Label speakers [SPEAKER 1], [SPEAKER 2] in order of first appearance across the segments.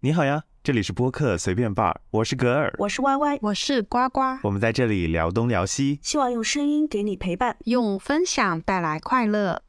[SPEAKER 1] 你好呀，这里是播客随便 bar，我是格尔，
[SPEAKER 2] 我是 Y Y，
[SPEAKER 3] 我是呱呱，
[SPEAKER 1] 我们在这里聊东聊西，
[SPEAKER 2] 希望用声音给你陪伴。
[SPEAKER 3] 用分享带来快乐。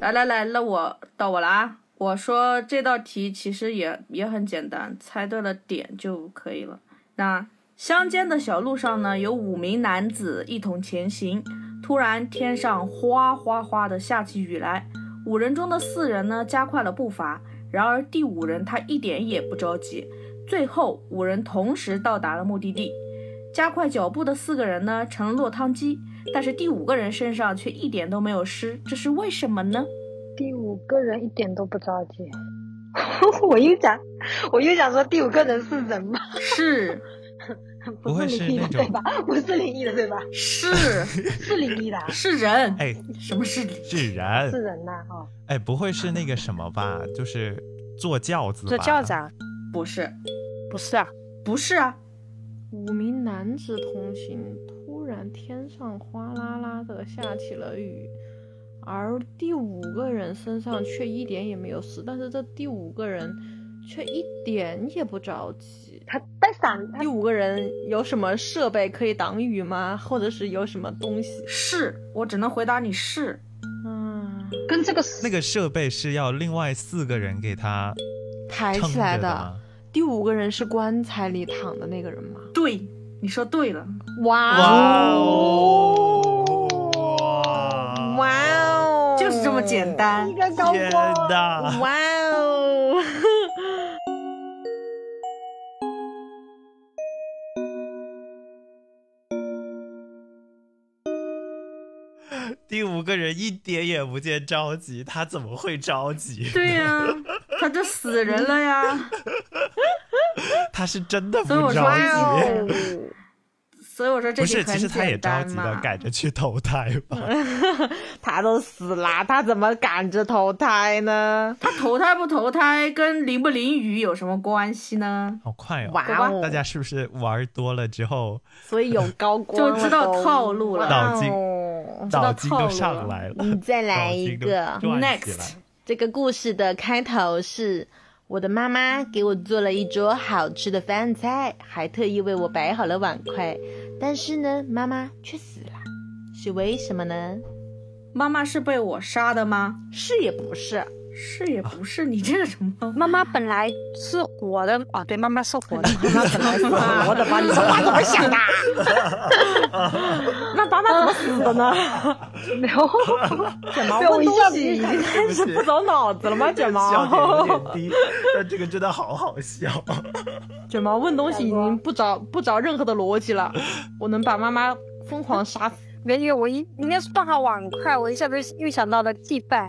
[SPEAKER 4] 来来来，那我到我了啊！我说这道题其实也也很简单，猜对了点就可以了。那乡间的小路上呢，有五名男子一同前行。突然，天上哗哗哗的下起雨来，五人中的四人呢加快了步伐，然而第五人他一点也不着急。最后，五人同时到达了目的地。加快脚步的四个人呢成了落汤鸡，但是第五个人身上却一点都没有湿，这是为什么呢？
[SPEAKER 5] 第五个人一点都不着急， 我又想，我又想说第五个人是人吗？
[SPEAKER 4] 是
[SPEAKER 6] 不会是
[SPEAKER 5] 灵异的
[SPEAKER 6] 那种
[SPEAKER 5] 对吧？不是灵异的对吧？
[SPEAKER 4] 是
[SPEAKER 5] 是灵异的啊，
[SPEAKER 4] 是人，
[SPEAKER 6] 哎，
[SPEAKER 4] 什么是
[SPEAKER 6] 自然
[SPEAKER 5] 是人呐、哦，
[SPEAKER 6] 哎，不会是那个什么吧？就是坐轿子吧，
[SPEAKER 7] 这叫
[SPEAKER 8] 啊
[SPEAKER 7] 啥？
[SPEAKER 4] 不是？
[SPEAKER 7] 不是啊，
[SPEAKER 4] 不是啊，
[SPEAKER 8] 五名男子同行，突然天上哗啦啦的下起了雨，而第五个人身上却一点也没有湿，但是这第五个人却一点也不着急。
[SPEAKER 5] 他带伞，他
[SPEAKER 8] 第五个人有什么设备可以挡雨吗？或者是有什么东西？
[SPEAKER 4] 是我只能回答你是，
[SPEAKER 8] 嗯，
[SPEAKER 5] 跟这个
[SPEAKER 6] 那个设备是要另外四个人给他
[SPEAKER 8] 抬
[SPEAKER 6] 撑
[SPEAKER 8] 起
[SPEAKER 6] 着
[SPEAKER 8] 来
[SPEAKER 6] 的。
[SPEAKER 8] 第五个人是棺材里躺的那个人吗？
[SPEAKER 4] 对，你说对了，
[SPEAKER 6] 吗？
[SPEAKER 8] 哇
[SPEAKER 6] 哇哦！
[SPEAKER 8] 哇哦，
[SPEAKER 4] 就是这么简单
[SPEAKER 3] 哦
[SPEAKER 5] 一。个高
[SPEAKER 6] 天
[SPEAKER 5] 光，
[SPEAKER 6] 哪！
[SPEAKER 8] 哇哦！
[SPEAKER 6] 第五个人一点也不见着急，他怎么会着急？
[SPEAKER 4] 对呀、他就死人了 呀，
[SPEAKER 6] 他是真的不
[SPEAKER 4] 所以我说哎
[SPEAKER 6] 着急。
[SPEAKER 4] 所以我说 这
[SPEAKER 6] 不
[SPEAKER 4] 题
[SPEAKER 6] 是，
[SPEAKER 4] 很
[SPEAKER 6] 其实他也着
[SPEAKER 4] 简单
[SPEAKER 6] 急的
[SPEAKER 4] 嘛。嗯
[SPEAKER 6] 赶着去投胎吧。
[SPEAKER 7] 他都死了，他怎么赶着投胎呢？
[SPEAKER 4] 他投胎不投胎跟淋不淋雨有什么关系呢？
[SPEAKER 6] 好快哦！
[SPEAKER 7] 哇哦！
[SPEAKER 6] 大家是不是玩多了之后
[SPEAKER 7] 所以有高光了
[SPEAKER 4] 就知道
[SPEAKER 7] 都
[SPEAKER 4] 套路了
[SPEAKER 7] 哇
[SPEAKER 6] 脑筋
[SPEAKER 7] 哦
[SPEAKER 6] 脑筋都上来了？
[SPEAKER 7] 你再来一个
[SPEAKER 6] 脑筋都转起
[SPEAKER 4] Next
[SPEAKER 6] 来
[SPEAKER 7] 这个故事的开头是我的妈妈给我做了一桌好吃的饭菜，还特意为我摆好了碗筷，但是呢，妈妈却死了，是为什么呢？
[SPEAKER 4] 妈妈是被我杀的吗？
[SPEAKER 7] 是也不 是，
[SPEAKER 4] 是
[SPEAKER 6] 啊
[SPEAKER 4] 也不是，你这个什么？
[SPEAKER 7] 妈妈
[SPEAKER 3] 本来是活的啊，对，妈妈是活的，
[SPEAKER 7] 哦妈妈本来是活的，把你妈妈怎么想的？那妈妈怎么死的呢？
[SPEAKER 5] 然后
[SPEAKER 7] 卷毛
[SPEAKER 5] 对我
[SPEAKER 7] 问
[SPEAKER 5] 一
[SPEAKER 7] 东
[SPEAKER 5] 下子
[SPEAKER 7] 西已
[SPEAKER 5] 就
[SPEAKER 7] 经
[SPEAKER 5] 想
[SPEAKER 7] 开始不走脑子 了吗？卷
[SPEAKER 6] 笑点有
[SPEAKER 7] 毛，
[SPEAKER 6] 点 低，但这个真的好好笑。
[SPEAKER 8] 卷毛问东西已经不着不着任何的逻辑了，我能把妈妈疯狂杀死。
[SPEAKER 3] 没有，我一应该是放好碗筷，我一下子又想到了祭 拜。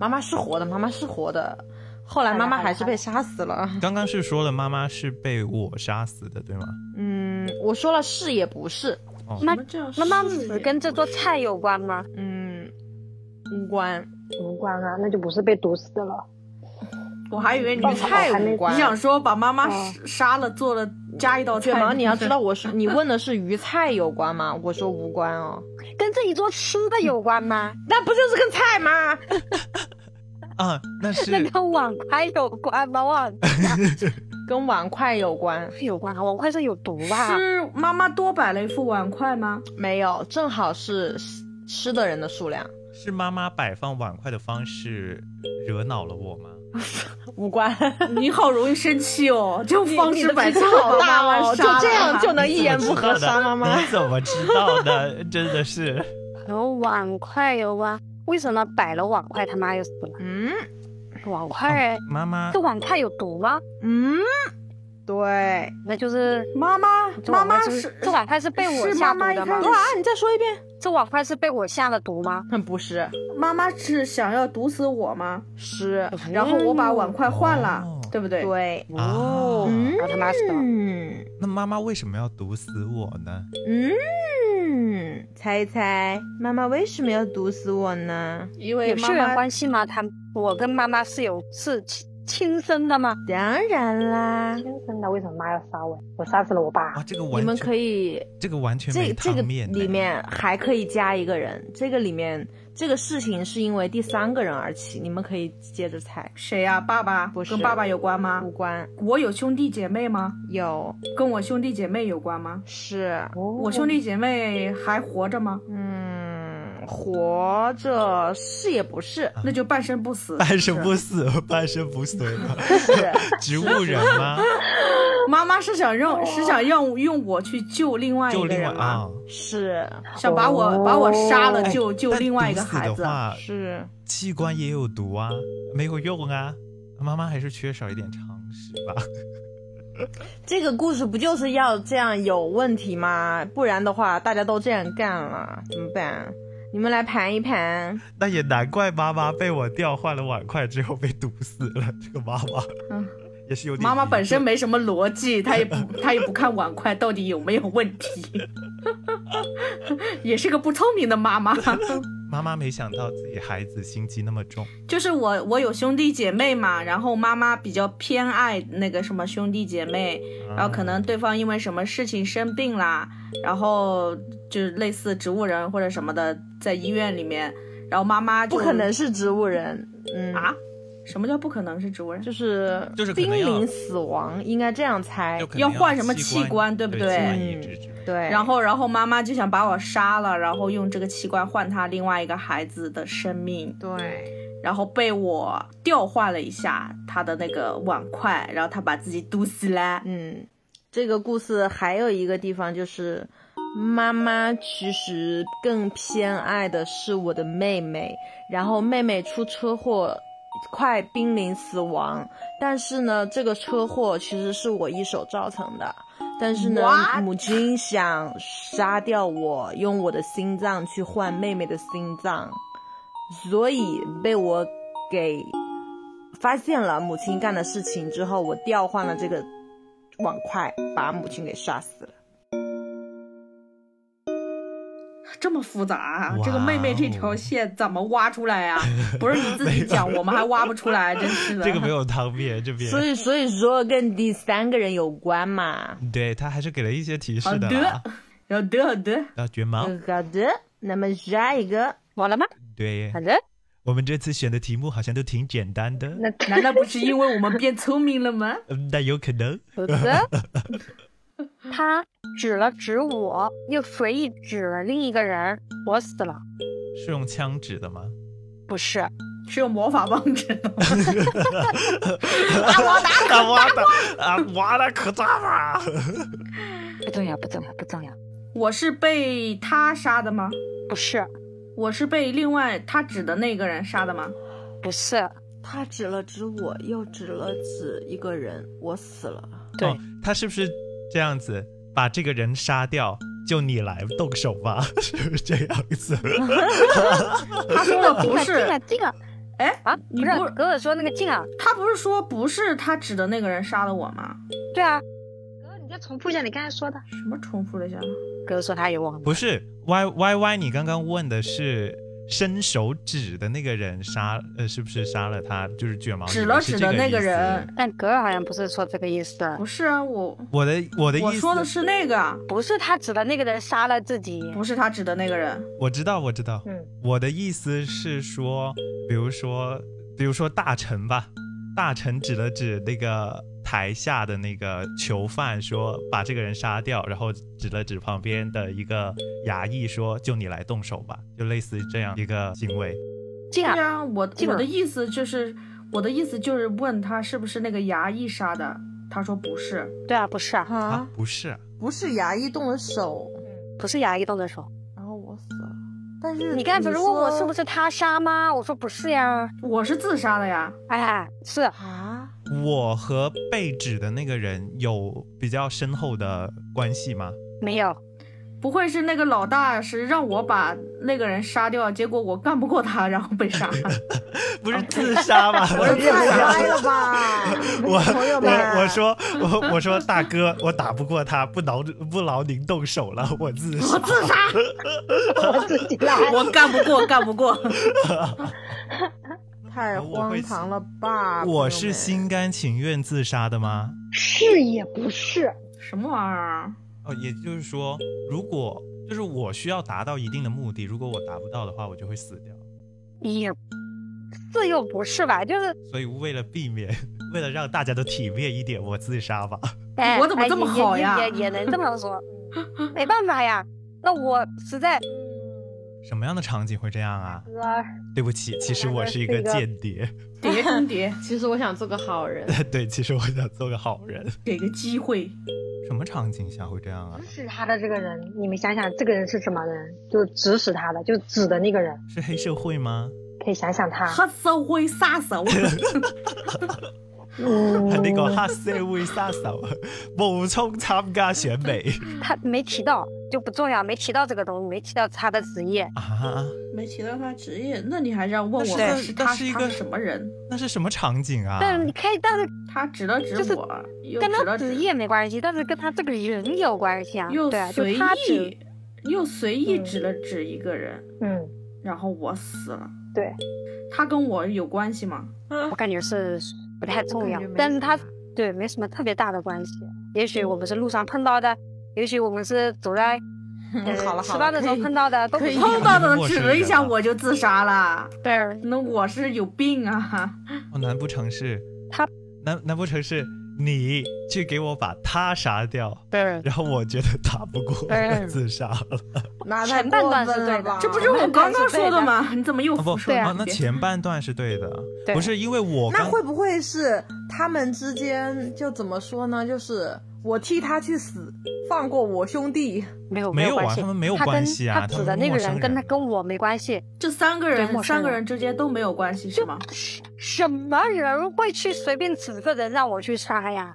[SPEAKER 8] 妈妈是活的，妈妈是活的。后
[SPEAKER 5] 好
[SPEAKER 8] 来
[SPEAKER 5] 了
[SPEAKER 8] 妈妈还是被杀死了。
[SPEAKER 6] 刚刚是说了妈妈是被我杀死的，对吗？
[SPEAKER 8] 嗯，我说了是也不是，
[SPEAKER 3] 那
[SPEAKER 4] 什么叫
[SPEAKER 3] 那妈
[SPEAKER 4] 是
[SPEAKER 3] 死
[SPEAKER 4] 也
[SPEAKER 3] 跟这桌菜有关吗？
[SPEAKER 8] 嗯，无关。
[SPEAKER 5] 无关啊，那就不是被毒死的了。
[SPEAKER 4] 我还以为你
[SPEAKER 8] 与
[SPEAKER 4] 太
[SPEAKER 8] 嗯菜无关嗯
[SPEAKER 4] 你。想说把妈妈
[SPEAKER 5] 哦
[SPEAKER 4] 杀了，做了加一道菜？
[SPEAKER 8] 卷毛，你要知道我是你问的是与菜有关吗？我说无关哦，
[SPEAKER 3] 跟这一桌吃的有关 吗？
[SPEAKER 8] 那不就是跟菜吗？
[SPEAKER 6] 啊，那是
[SPEAKER 3] 那跟碗筷有关吗？碗
[SPEAKER 8] 跟碗筷有关？
[SPEAKER 3] 有关啊，碗筷是有毒吧？
[SPEAKER 4] 是妈妈多摆了一副碗筷吗？
[SPEAKER 8] 没有，正好是吃吃的人的数量，
[SPEAKER 6] 是妈妈摆放碗筷的方式惹恼了我吗？
[SPEAKER 8] 无关。
[SPEAKER 4] 你好容易生气哦，就方
[SPEAKER 8] 你
[SPEAKER 4] 式摆
[SPEAKER 8] 你的
[SPEAKER 4] 错
[SPEAKER 8] 脾气好大
[SPEAKER 4] 把妈妈
[SPEAKER 8] 哦，就
[SPEAKER 4] 杀
[SPEAKER 8] 这
[SPEAKER 4] 了
[SPEAKER 8] 样就能一言不合杀妈妈
[SPEAKER 6] 你。嗯怎么知道的？真的是
[SPEAKER 3] 然后碗筷有关，为什么摆了碗筷他妈又死了？
[SPEAKER 8] 嗯
[SPEAKER 3] 碗筷，
[SPEAKER 6] 妈妈
[SPEAKER 3] 这碗筷有毒吗？
[SPEAKER 8] 嗯，对。
[SPEAKER 3] 那就是
[SPEAKER 4] 妈妈，
[SPEAKER 3] 这
[SPEAKER 4] 妈
[SPEAKER 3] 碗
[SPEAKER 4] 妈
[SPEAKER 3] 筷就是这碗筷是被我
[SPEAKER 4] 是妈
[SPEAKER 3] 下毒
[SPEAKER 4] 妈
[SPEAKER 3] 的
[SPEAKER 4] 一开
[SPEAKER 3] 吗
[SPEAKER 4] 始？
[SPEAKER 8] 多啊，你再说一遍。
[SPEAKER 3] 这碗筷是被我下了毒吗？
[SPEAKER 8] 嗯，不是，
[SPEAKER 4] 妈妈是想要毒死我吗？
[SPEAKER 8] 是
[SPEAKER 4] 然后我把碗筷换了，
[SPEAKER 6] 哦
[SPEAKER 4] 对不对？
[SPEAKER 8] 对。
[SPEAKER 6] 啊，
[SPEAKER 3] 然后他妈死了。
[SPEAKER 8] 嗯
[SPEAKER 6] 那妈妈为什么要毒死我呢？
[SPEAKER 8] 嗯，猜一猜，妈妈为什么要毒死我呢？
[SPEAKER 4] 因为
[SPEAKER 3] 有
[SPEAKER 4] 妈
[SPEAKER 3] 血缘
[SPEAKER 4] 妈
[SPEAKER 3] 关系吗？他我跟妈妈是有是亲
[SPEAKER 7] 亲生的吗？
[SPEAKER 8] 当然啦，
[SPEAKER 5] 天生的，为什么妈要杀我？我杀死了我爸
[SPEAKER 6] 哇，，这个完
[SPEAKER 8] 你们
[SPEAKER 6] 全
[SPEAKER 8] 可以
[SPEAKER 6] 这个完全
[SPEAKER 8] 这
[SPEAKER 6] 没
[SPEAKER 8] 这个
[SPEAKER 6] 汤面呢
[SPEAKER 8] 里面还可以加一个人，这个里面这个事情是因为第三个人而起，你们可以接着猜，
[SPEAKER 4] 谁呀、爸爸
[SPEAKER 8] 不是
[SPEAKER 4] 跟爸爸有关吗
[SPEAKER 8] 无？关
[SPEAKER 4] 我有兄弟姐妹吗？
[SPEAKER 8] 有
[SPEAKER 4] 跟我兄弟姐妹有关吗？
[SPEAKER 8] 是
[SPEAKER 4] 我兄弟姐妹还活着吗？
[SPEAKER 8] 嗯活着是也不是
[SPEAKER 4] 那就半生不死。
[SPEAKER 6] 半生不死，半生不遂吗？
[SPEAKER 8] 是
[SPEAKER 6] 植物人吗？
[SPEAKER 4] 妈妈是想让是想让用我去救另外
[SPEAKER 6] 就
[SPEAKER 4] 一个
[SPEAKER 6] 另外
[SPEAKER 4] 人吗？
[SPEAKER 6] 啊，
[SPEAKER 8] 是
[SPEAKER 4] 想把我把我杀了
[SPEAKER 6] 哎
[SPEAKER 4] 救救
[SPEAKER 6] 但
[SPEAKER 4] 另外一个
[SPEAKER 6] 毒死
[SPEAKER 4] 孩子啊
[SPEAKER 6] 的？话，
[SPEAKER 8] 是
[SPEAKER 6] 器官也有毒啊，没有用啊。妈妈还是缺少一点常识吧。
[SPEAKER 8] 这个故事不就是要这样有问题吗？不然的话大家都这样干了怎么办？你们来盘一盘，
[SPEAKER 6] 那也难怪妈妈被我调换了碗筷之后被毒死了。这个妈妈，
[SPEAKER 4] 嗯
[SPEAKER 6] 也是有点
[SPEAKER 4] 妈妈
[SPEAKER 6] 疑
[SPEAKER 4] 本身
[SPEAKER 6] 惑
[SPEAKER 4] 没什么逻辑，她也不她也不看碗筷到底有没有问题， 也是个不聪明的妈 妈。
[SPEAKER 6] 妈妈没想到自己孩子心机那么重，
[SPEAKER 4] 就是我我有兄弟姐妹嘛，然后妈妈比较偏爱那个什么兄弟姐妹，然
[SPEAKER 6] 嗯
[SPEAKER 4] 后可能对方因为什么事情生病啦，然后就是类似植物人或者什么的，在医院里面，然后妈妈就
[SPEAKER 8] 不可能是植物人，嗯
[SPEAKER 4] 啊？什么叫不可能是植物人？
[SPEAKER 8] 就是
[SPEAKER 6] 就是可
[SPEAKER 8] 濒
[SPEAKER 6] 能要
[SPEAKER 8] 临死亡，应该这样猜
[SPEAKER 6] 就。可能
[SPEAKER 4] 要换什么器官
[SPEAKER 6] 对
[SPEAKER 4] 对不
[SPEAKER 6] 器
[SPEAKER 4] 对
[SPEAKER 6] 官移植之类的
[SPEAKER 8] 对，
[SPEAKER 4] 然后，然后妈妈就想把我杀了，然后用这个器官换她另外一个孩子的生命，
[SPEAKER 8] 对，
[SPEAKER 4] 然后被我调换了一下她的那个碗筷，然后她把自己毒死了。
[SPEAKER 8] 嗯，这个故事还有一个地方就是，妈妈其实更偏爱的是我的妹妹，然后妹妹出车祸，快濒临死亡，但是呢，这个车祸其实是我一手造成的。但是呢
[SPEAKER 4] What？
[SPEAKER 8] 母亲想杀掉我，用我的心脏去换妹妹的心脏，所以被我给发现了母亲干的事情之后，我调换了这个碗筷，把母亲给杀死了。
[SPEAKER 4] 这么复杂、啊
[SPEAKER 6] 哇哦
[SPEAKER 4] 这个妹妹这条线怎么挖出来 啊？不是你自己讲，我们还挖不出来，真是的。
[SPEAKER 6] 这个没有汤面这边，
[SPEAKER 8] 所以，所以说跟第三个人有关嘛。
[SPEAKER 6] 对他还是给了一些提
[SPEAKER 4] 好
[SPEAKER 6] 示的啦
[SPEAKER 4] 的。，好的，好的。
[SPEAKER 6] 要绝盲，
[SPEAKER 8] 好的，那么下一个，
[SPEAKER 7] 我了吗？
[SPEAKER 6] 对
[SPEAKER 7] 好，的，
[SPEAKER 6] 我们这次选的题目好像都挺简单的，
[SPEAKER 5] 那
[SPEAKER 4] 难道不是因为我们变聪明了吗？
[SPEAKER 6] 嗯那有可能
[SPEAKER 7] 好 的。他指了指我，又随意指了另一个人，我死了。
[SPEAKER 6] 是用枪指 的吗？
[SPEAKER 7] 不是，
[SPEAKER 4] 是用魔法棒指的 吗？
[SPEAKER 6] 啊哇的啊哇的可大吧？
[SPEAKER 7] 不重要，不重要，不重要。
[SPEAKER 4] 我是被他杀的吗？
[SPEAKER 7] 不是，
[SPEAKER 4] 我是被另外他指的那个人杀的吗？
[SPEAKER 7] 不是，
[SPEAKER 8] 他指了指我，又指了指一个人，我死了。
[SPEAKER 7] 对
[SPEAKER 6] 哦，他是不是这样子把这个人杀掉？就你来动手吧， 是不是这样子？ 呃
[SPEAKER 4] 他说的
[SPEAKER 7] 进
[SPEAKER 4] 不
[SPEAKER 7] 了，进了，
[SPEAKER 4] 是，
[SPEAKER 7] 进了
[SPEAKER 4] 哎，
[SPEAKER 7] 啊！
[SPEAKER 4] 你
[SPEAKER 7] 不是
[SPEAKER 4] 不
[SPEAKER 7] 哥哥说那个进啊？
[SPEAKER 4] 他不是说不是他指的那个人杀的我吗？
[SPEAKER 7] 对啊，
[SPEAKER 5] 哥，你再重复一下你刚才说的。
[SPEAKER 4] 什么重复了一下？
[SPEAKER 7] 哥哥说他有啊网。
[SPEAKER 6] 不是，Y Y Y，你刚刚问的是伸手指的那个人杀，呃，是不是杀了他？就是卷毛
[SPEAKER 4] 指
[SPEAKER 6] 你
[SPEAKER 4] 了
[SPEAKER 6] 是
[SPEAKER 4] 指
[SPEAKER 6] 这
[SPEAKER 4] 的那
[SPEAKER 6] 意
[SPEAKER 4] 个
[SPEAKER 6] 思
[SPEAKER 4] 人。
[SPEAKER 7] 但格尔好像不是说这个意思，
[SPEAKER 4] 不是啊，我
[SPEAKER 6] 我的我的意思，
[SPEAKER 4] 我说的是那个，
[SPEAKER 7] 不是他指的那个人杀了自己。
[SPEAKER 4] 不是他指的那个人。
[SPEAKER 6] 我知道，我知道，
[SPEAKER 5] 嗯
[SPEAKER 6] 我的意思是说，比如说，比如说大臣吧，大臣指了指那个台下的那个囚犯，说把这个人杀掉，然后指了指旁边的一个衙役，说就你来动手吧，就类似于这样一个行为。
[SPEAKER 7] 进
[SPEAKER 4] 对
[SPEAKER 7] 啊！
[SPEAKER 4] 啊，我
[SPEAKER 7] 这个
[SPEAKER 4] 我的意思就是，我的意思就是问他是不是那个衙役杀的，他说不是。
[SPEAKER 7] 对啊，不是啊，
[SPEAKER 6] 啊
[SPEAKER 8] 啊，，
[SPEAKER 6] 不是啊，
[SPEAKER 8] 不是牙医动了手，
[SPEAKER 7] 不是衙役动的手。
[SPEAKER 1] 然后我死了。
[SPEAKER 8] 但是
[SPEAKER 7] 你刚才不是问我是不
[SPEAKER 8] 是
[SPEAKER 7] 是他杀吗？我说不是呀。
[SPEAKER 4] 我是自杀的呀，
[SPEAKER 7] 哎，是
[SPEAKER 8] 啊？
[SPEAKER 6] 我和被指的那个人有比较深厚的关系吗？
[SPEAKER 4] 哦
[SPEAKER 7] 没有，
[SPEAKER 4] 不会是那个老大是让我把那个人杀掉，结果我干不过他，然后被 杀。
[SPEAKER 6] 不是自杀吧？！
[SPEAKER 4] 我是自杀
[SPEAKER 8] 太歪了吧
[SPEAKER 6] 我
[SPEAKER 8] 朋友们，
[SPEAKER 6] 我我说我我说大哥，我打不过他，不劳不劳您动手了，我自杀。
[SPEAKER 4] 自杀，
[SPEAKER 5] 我自己来。
[SPEAKER 4] 我干不过，干不过。
[SPEAKER 8] 太
[SPEAKER 6] 我
[SPEAKER 8] 荒
[SPEAKER 6] 会
[SPEAKER 8] 唐了吧！
[SPEAKER 6] 我
[SPEAKER 8] 朋友
[SPEAKER 6] 是
[SPEAKER 8] 们
[SPEAKER 6] 心甘情愿自杀的吗？
[SPEAKER 5] 是也不是，
[SPEAKER 4] 什么玩意儿？
[SPEAKER 6] 哦，也就是说，如果就是我需要达到一定的目的，如果我达不到的话，我就会死掉。
[SPEAKER 3] 也这又不是吧？就是
[SPEAKER 6] 所以为了避免， 为了让大家都体面一点，我自杀吧。
[SPEAKER 3] 哎，
[SPEAKER 4] 我怎么
[SPEAKER 3] 哎
[SPEAKER 4] 这么
[SPEAKER 3] 也也
[SPEAKER 4] 好呀
[SPEAKER 3] 也也也能这么说，没办法呀。那我实在
[SPEAKER 6] 什么样的场景会这样啊？
[SPEAKER 5] 哥儿
[SPEAKER 6] 对不起，其实我是一个间谍。
[SPEAKER 4] 谍中谍，
[SPEAKER 8] 其实我想做个好人，
[SPEAKER 6] 对，其实我想做个好人。
[SPEAKER 4] 给个机会。
[SPEAKER 6] 什么场景下会这样啊
[SPEAKER 5] 指？使他的这个人，你们想想，这个人是什么人？就指使他的，就指的那个人，
[SPEAKER 6] 是黑社会吗？
[SPEAKER 5] 可以想想他。
[SPEAKER 4] 黑社会杀手，
[SPEAKER 5] 嗯，
[SPEAKER 6] 呢個黑社會殺手 冒充參加選美
[SPEAKER 3] 他没提到就不重要，没提到这个东西，没提到他的职业，
[SPEAKER 6] 啊？
[SPEAKER 4] 没提到他职业，那你还让问我
[SPEAKER 6] 那
[SPEAKER 4] 们
[SPEAKER 6] 是
[SPEAKER 4] 他
[SPEAKER 6] 那是一
[SPEAKER 4] 他
[SPEAKER 6] 个
[SPEAKER 4] 什么人？
[SPEAKER 6] 那是什么场景啊？
[SPEAKER 3] 但是嗯你可以，但是
[SPEAKER 4] 他指了指
[SPEAKER 3] 就是
[SPEAKER 4] 我，又
[SPEAKER 3] 跟
[SPEAKER 4] 指
[SPEAKER 3] 他
[SPEAKER 4] 了指
[SPEAKER 3] 职业没关系，但是跟他这个人有关系啊。
[SPEAKER 4] 又
[SPEAKER 3] 对啊，就
[SPEAKER 4] 随
[SPEAKER 3] 他指嗯
[SPEAKER 4] 意又随意指了指一个人，
[SPEAKER 5] 嗯，
[SPEAKER 4] 然后我死了。
[SPEAKER 5] 对，
[SPEAKER 4] 他跟我有关系吗？
[SPEAKER 3] 我感觉是不太重要
[SPEAKER 8] 感觉没，
[SPEAKER 3] 但是
[SPEAKER 8] 什
[SPEAKER 3] 他
[SPEAKER 8] 么
[SPEAKER 3] 对没什么特别大的关系。也许我们是路上碰到的，也许我们是走在呃
[SPEAKER 8] 哎好了好
[SPEAKER 3] 吃
[SPEAKER 8] 了
[SPEAKER 3] 饭的时候
[SPEAKER 8] 可以
[SPEAKER 3] 碰到的，都
[SPEAKER 8] 可以
[SPEAKER 3] 不
[SPEAKER 4] 碰到的
[SPEAKER 6] 陌生
[SPEAKER 4] 指
[SPEAKER 6] 人
[SPEAKER 4] 了一下
[SPEAKER 6] 啊
[SPEAKER 4] 我就自杀了，
[SPEAKER 3] 对，
[SPEAKER 4] 那我是有病啊！
[SPEAKER 6] 哦，难不成是
[SPEAKER 3] 他？
[SPEAKER 6] 难难不成是你去给我把他杀 掉？
[SPEAKER 3] 对
[SPEAKER 6] 然后我觉得打不过，
[SPEAKER 3] 哎
[SPEAKER 6] 我自杀了。
[SPEAKER 8] 那太
[SPEAKER 3] 前半
[SPEAKER 8] 过
[SPEAKER 3] 段
[SPEAKER 8] 分
[SPEAKER 3] 是对
[SPEAKER 8] 了
[SPEAKER 3] 的
[SPEAKER 8] 吧？
[SPEAKER 4] 这不是我刚刚说的吗？你怎么又
[SPEAKER 6] 哦不，
[SPEAKER 4] 复述
[SPEAKER 3] 对
[SPEAKER 4] 了
[SPEAKER 3] 啊
[SPEAKER 6] 哦
[SPEAKER 4] 一
[SPEAKER 6] 那
[SPEAKER 4] 遍
[SPEAKER 6] 前半段是对的，
[SPEAKER 3] 对
[SPEAKER 6] 不是因为我
[SPEAKER 8] 那
[SPEAKER 6] 刚
[SPEAKER 8] 会不会是他们之间就怎么说呢？就是我替他去死，放过我兄弟。
[SPEAKER 3] 没有
[SPEAKER 6] 没有啊
[SPEAKER 3] 关系，
[SPEAKER 6] 他们没有
[SPEAKER 3] 他跟
[SPEAKER 6] 关系啊他
[SPEAKER 3] 他指
[SPEAKER 6] 们
[SPEAKER 3] 的那个
[SPEAKER 6] 陌生
[SPEAKER 3] 人跟他
[SPEAKER 6] 人
[SPEAKER 3] 跟我没关系，
[SPEAKER 4] 这三个
[SPEAKER 3] 对
[SPEAKER 4] 人
[SPEAKER 3] 陌生
[SPEAKER 4] 三
[SPEAKER 3] 人
[SPEAKER 4] 个人之间都没有关系是吗？
[SPEAKER 3] 什么人会去随便指个人让我去杀呀？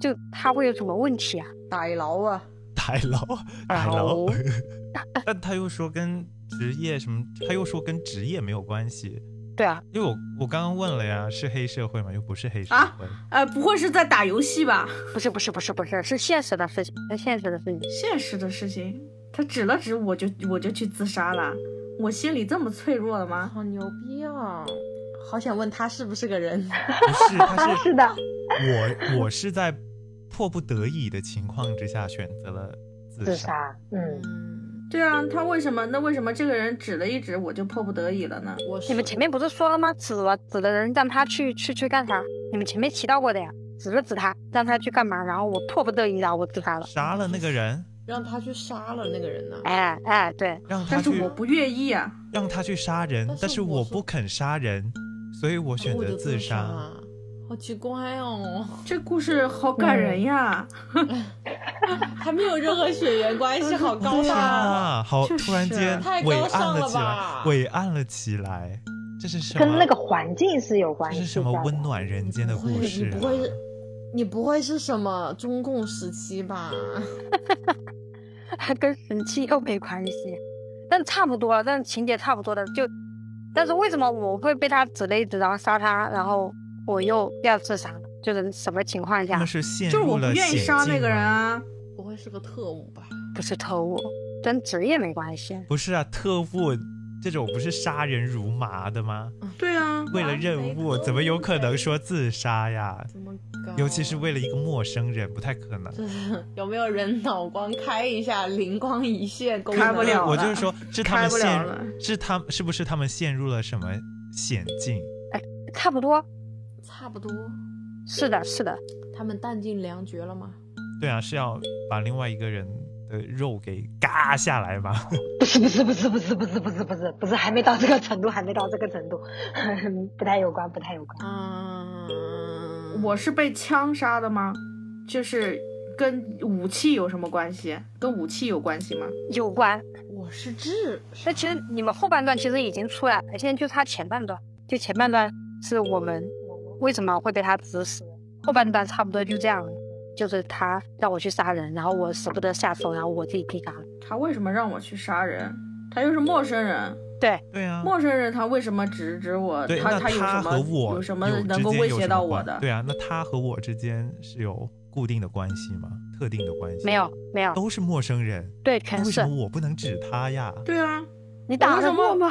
[SPEAKER 3] 就他会有什么问题啊？
[SPEAKER 8] 大佬啊，
[SPEAKER 6] 台佬，台佬
[SPEAKER 3] 哦，
[SPEAKER 6] 但他又说跟职业什么，他又说跟职业没有关系，
[SPEAKER 3] 对啊，
[SPEAKER 6] 因为我我刚刚问了呀，是黑社会吗？又不是黑社
[SPEAKER 4] 啊
[SPEAKER 6] 会。
[SPEAKER 4] 呃，不会是在打游戏吧？
[SPEAKER 3] 不是不是不是不是，是现实的事情，是现实的事情。
[SPEAKER 4] 现实的事情，他指了指我就我就去自杀了，我心里这么脆弱了吗？
[SPEAKER 8] 好牛逼啊！
[SPEAKER 9] 好想问他是不是个人？
[SPEAKER 6] 不是，他
[SPEAKER 5] 是的，
[SPEAKER 6] 我我是在迫不得已的情况之下选择了自
[SPEAKER 5] 自
[SPEAKER 6] 杀。
[SPEAKER 5] 杀。嗯，
[SPEAKER 8] 嗯，
[SPEAKER 4] 对啊，他为什么？那为什么这个人指了一指我就迫不得已了呢？
[SPEAKER 8] 我是
[SPEAKER 3] 你们前面不是说了吗？指了指的人让他去去去干啥？你们前面提到过的呀，指了指他，让他去干嘛？然后我迫不得已，然啊后我自杀了。
[SPEAKER 6] 杀了那个人，
[SPEAKER 8] 让他去杀了那个人呢、
[SPEAKER 3] 哎哎，对，
[SPEAKER 6] 让他
[SPEAKER 4] 但是
[SPEAKER 6] 去
[SPEAKER 4] 我不愿意啊！
[SPEAKER 6] 让他去杀人
[SPEAKER 8] 但，是
[SPEAKER 6] 但是
[SPEAKER 8] 我
[SPEAKER 6] 我
[SPEAKER 8] 是
[SPEAKER 6] 不肯杀人，所以我选
[SPEAKER 8] 我
[SPEAKER 6] 择
[SPEAKER 8] 就自
[SPEAKER 6] 杀。
[SPEAKER 8] 啊，好奇怪哦，
[SPEAKER 4] 这故事好感人呀！
[SPEAKER 8] 他没有任何血缘关系，好高
[SPEAKER 6] 对
[SPEAKER 8] 大哦。
[SPEAKER 6] 啊，好，
[SPEAKER 4] 就是
[SPEAKER 6] 突然间
[SPEAKER 8] 太高
[SPEAKER 6] 伟
[SPEAKER 8] 尚
[SPEAKER 6] 岸
[SPEAKER 8] 了
[SPEAKER 6] 了起来
[SPEAKER 8] 吧，
[SPEAKER 6] 伟岸了起来。这是什么？
[SPEAKER 5] 跟那个环境是有关
[SPEAKER 6] 这
[SPEAKER 5] 系
[SPEAKER 6] 是什
[SPEAKER 5] 的。
[SPEAKER 6] 么温暖人间的故事、
[SPEAKER 8] 你
[SPEAKER 6] 啊？
[SPEAKER 8] 不会是，你不会是什么中共时期吧？
[SPEAKER 3] 跟
[SPEAKER 7] 嗯
[SPEAKER 3] 神器又没关系，但差不多，但情节差不多的就，但是为什么我会被他指了一指，然后杀他，然后我又要自杀了？就是什么情况
[SPEAKER 6] 他
[SPEAKER 3] 下
[SPEAKER 6] 们？是陷
[SPEAKER 4] 就是我
[SPEAKER 6] 入
[SPEAKER 4] 不
[SPEAKER 6] 了
[SPEAKER 4] 愿意
[SPEAKER 6] 险
[SPEAKER 4] 杀那
[SPEAKER 6] 境
[SPEAKER 4] 个人
[SPEAKER 6] 吗
[SPEAKER 4] 啊！
[SPEAKER 8] 不会是个特务吧？
[SPEAKER 3] 不是偷我，跟职业没关系。
[SPEAKER 6] 不是啊，特务这种不是杀人如麻的吗？
[SPEAKER 4] 对啊，
[SPEAKER 6] 为了任务，怎么有可能说自杀呀？
[SPEAKER 8] 怎么搞？
[SPEAKER 6] 尤其是为了一个陌生人，不太可能。
[SPEAKER 8] 就是有没有人脑光开一下，灵光一现功能？
[SPEAKER 4] 开不了
[SPEAKER 6] 我就是说，是他
[SPEAKER 4] 开
[SPEAKER 6] 们
[SPEAKER 4] 不了
[SPEAKER 6] 陷
[SPEAKER 4] 了，
[SPEAKER 6] 是他们是不是他们陷入了什么险境？
[SPEAKER 3] 差不多，
[SPEAKER 8] 差不多。
[SPEAKER 3] 是的，是的，
[SPEAKER 8] 他们弹尽粮绝了吗？
[SPEAKER 6] 对啊，是要把另外一个人的肉给嘎下来吗？
[SPEAKER 5] 不是不是不是不是不是不是不是不是，还没到这个程度，还没到这个程度， 不太有关，不太有关。啊
[SPEAKER 8] 嗯，
[SPEAKER 4] 我是被枪杀的吗？就是跟武器有什么关系？跟武器有关系吗？
[SPEAKER 3] 有关。
[SPEAKER 8] 我是智，
[SPEAKER 3] 那其实你们后半段其实已经出来了，现在就差前半段，就前半段是我们为什么会被他指使，后半段差不多就这样了，就是他让我去杀人，然后我舍不得下手，然后我自己被杀了。
[SPEAKER 4] 他为什么让我去杀人？他又是陌生人，
[SPEAKER 6] 对啊，
[SPEAKER 4] 陌生人他为什么指指 我？
[SPEAKER 6] 对，
[SPEAKER 4] 他
[SPEAKER 6] 那
[SPEAKER 4] 他有什
[SPEAKER 6] 和
[SPEAKER 4] 么
[SPEAKER 6] 我
[SPEAKER 4] 有什么
[SPEAKER 6] 有
[SPEAKER 4] 能
[SPEAKER 6] 之
[SPEAKER 4] 够
[SPEAKER 6] 间
[SPEAKER 4] 威
[SPEAKER 6] 有
[SPEAKER 4] 胁
[SPEAKER 6] 什
[SPEAKER 4] 到
[SPEAKER 6] 么
[SPEAKER 4] 我
[SPEAKER 6] 关
[SPEAKER 4] 的？
[SPEAKER 6] 对啊，那他和我之间是有固定的关系吗？特定的关系？
[SPEAKER 3] 没有，，没有，
[SPEAKER 6] 都是陌生人。
[SPEAKER 3] 对，全
[SPEAKER 6] 为
[SPEAKER 3] 是
[SPEAKER 6] 什么我不能指他呀？
[SPEAKER 4] 对啊，
[SPEAKER 7] 你
[SPEAKER 4] 为
[SPEAKER 7] 打
[SPEAKER 4] 什
[SPEAKER 7] 得
[SPEAKER 4] 么
[SPEAKER 7] 过吗？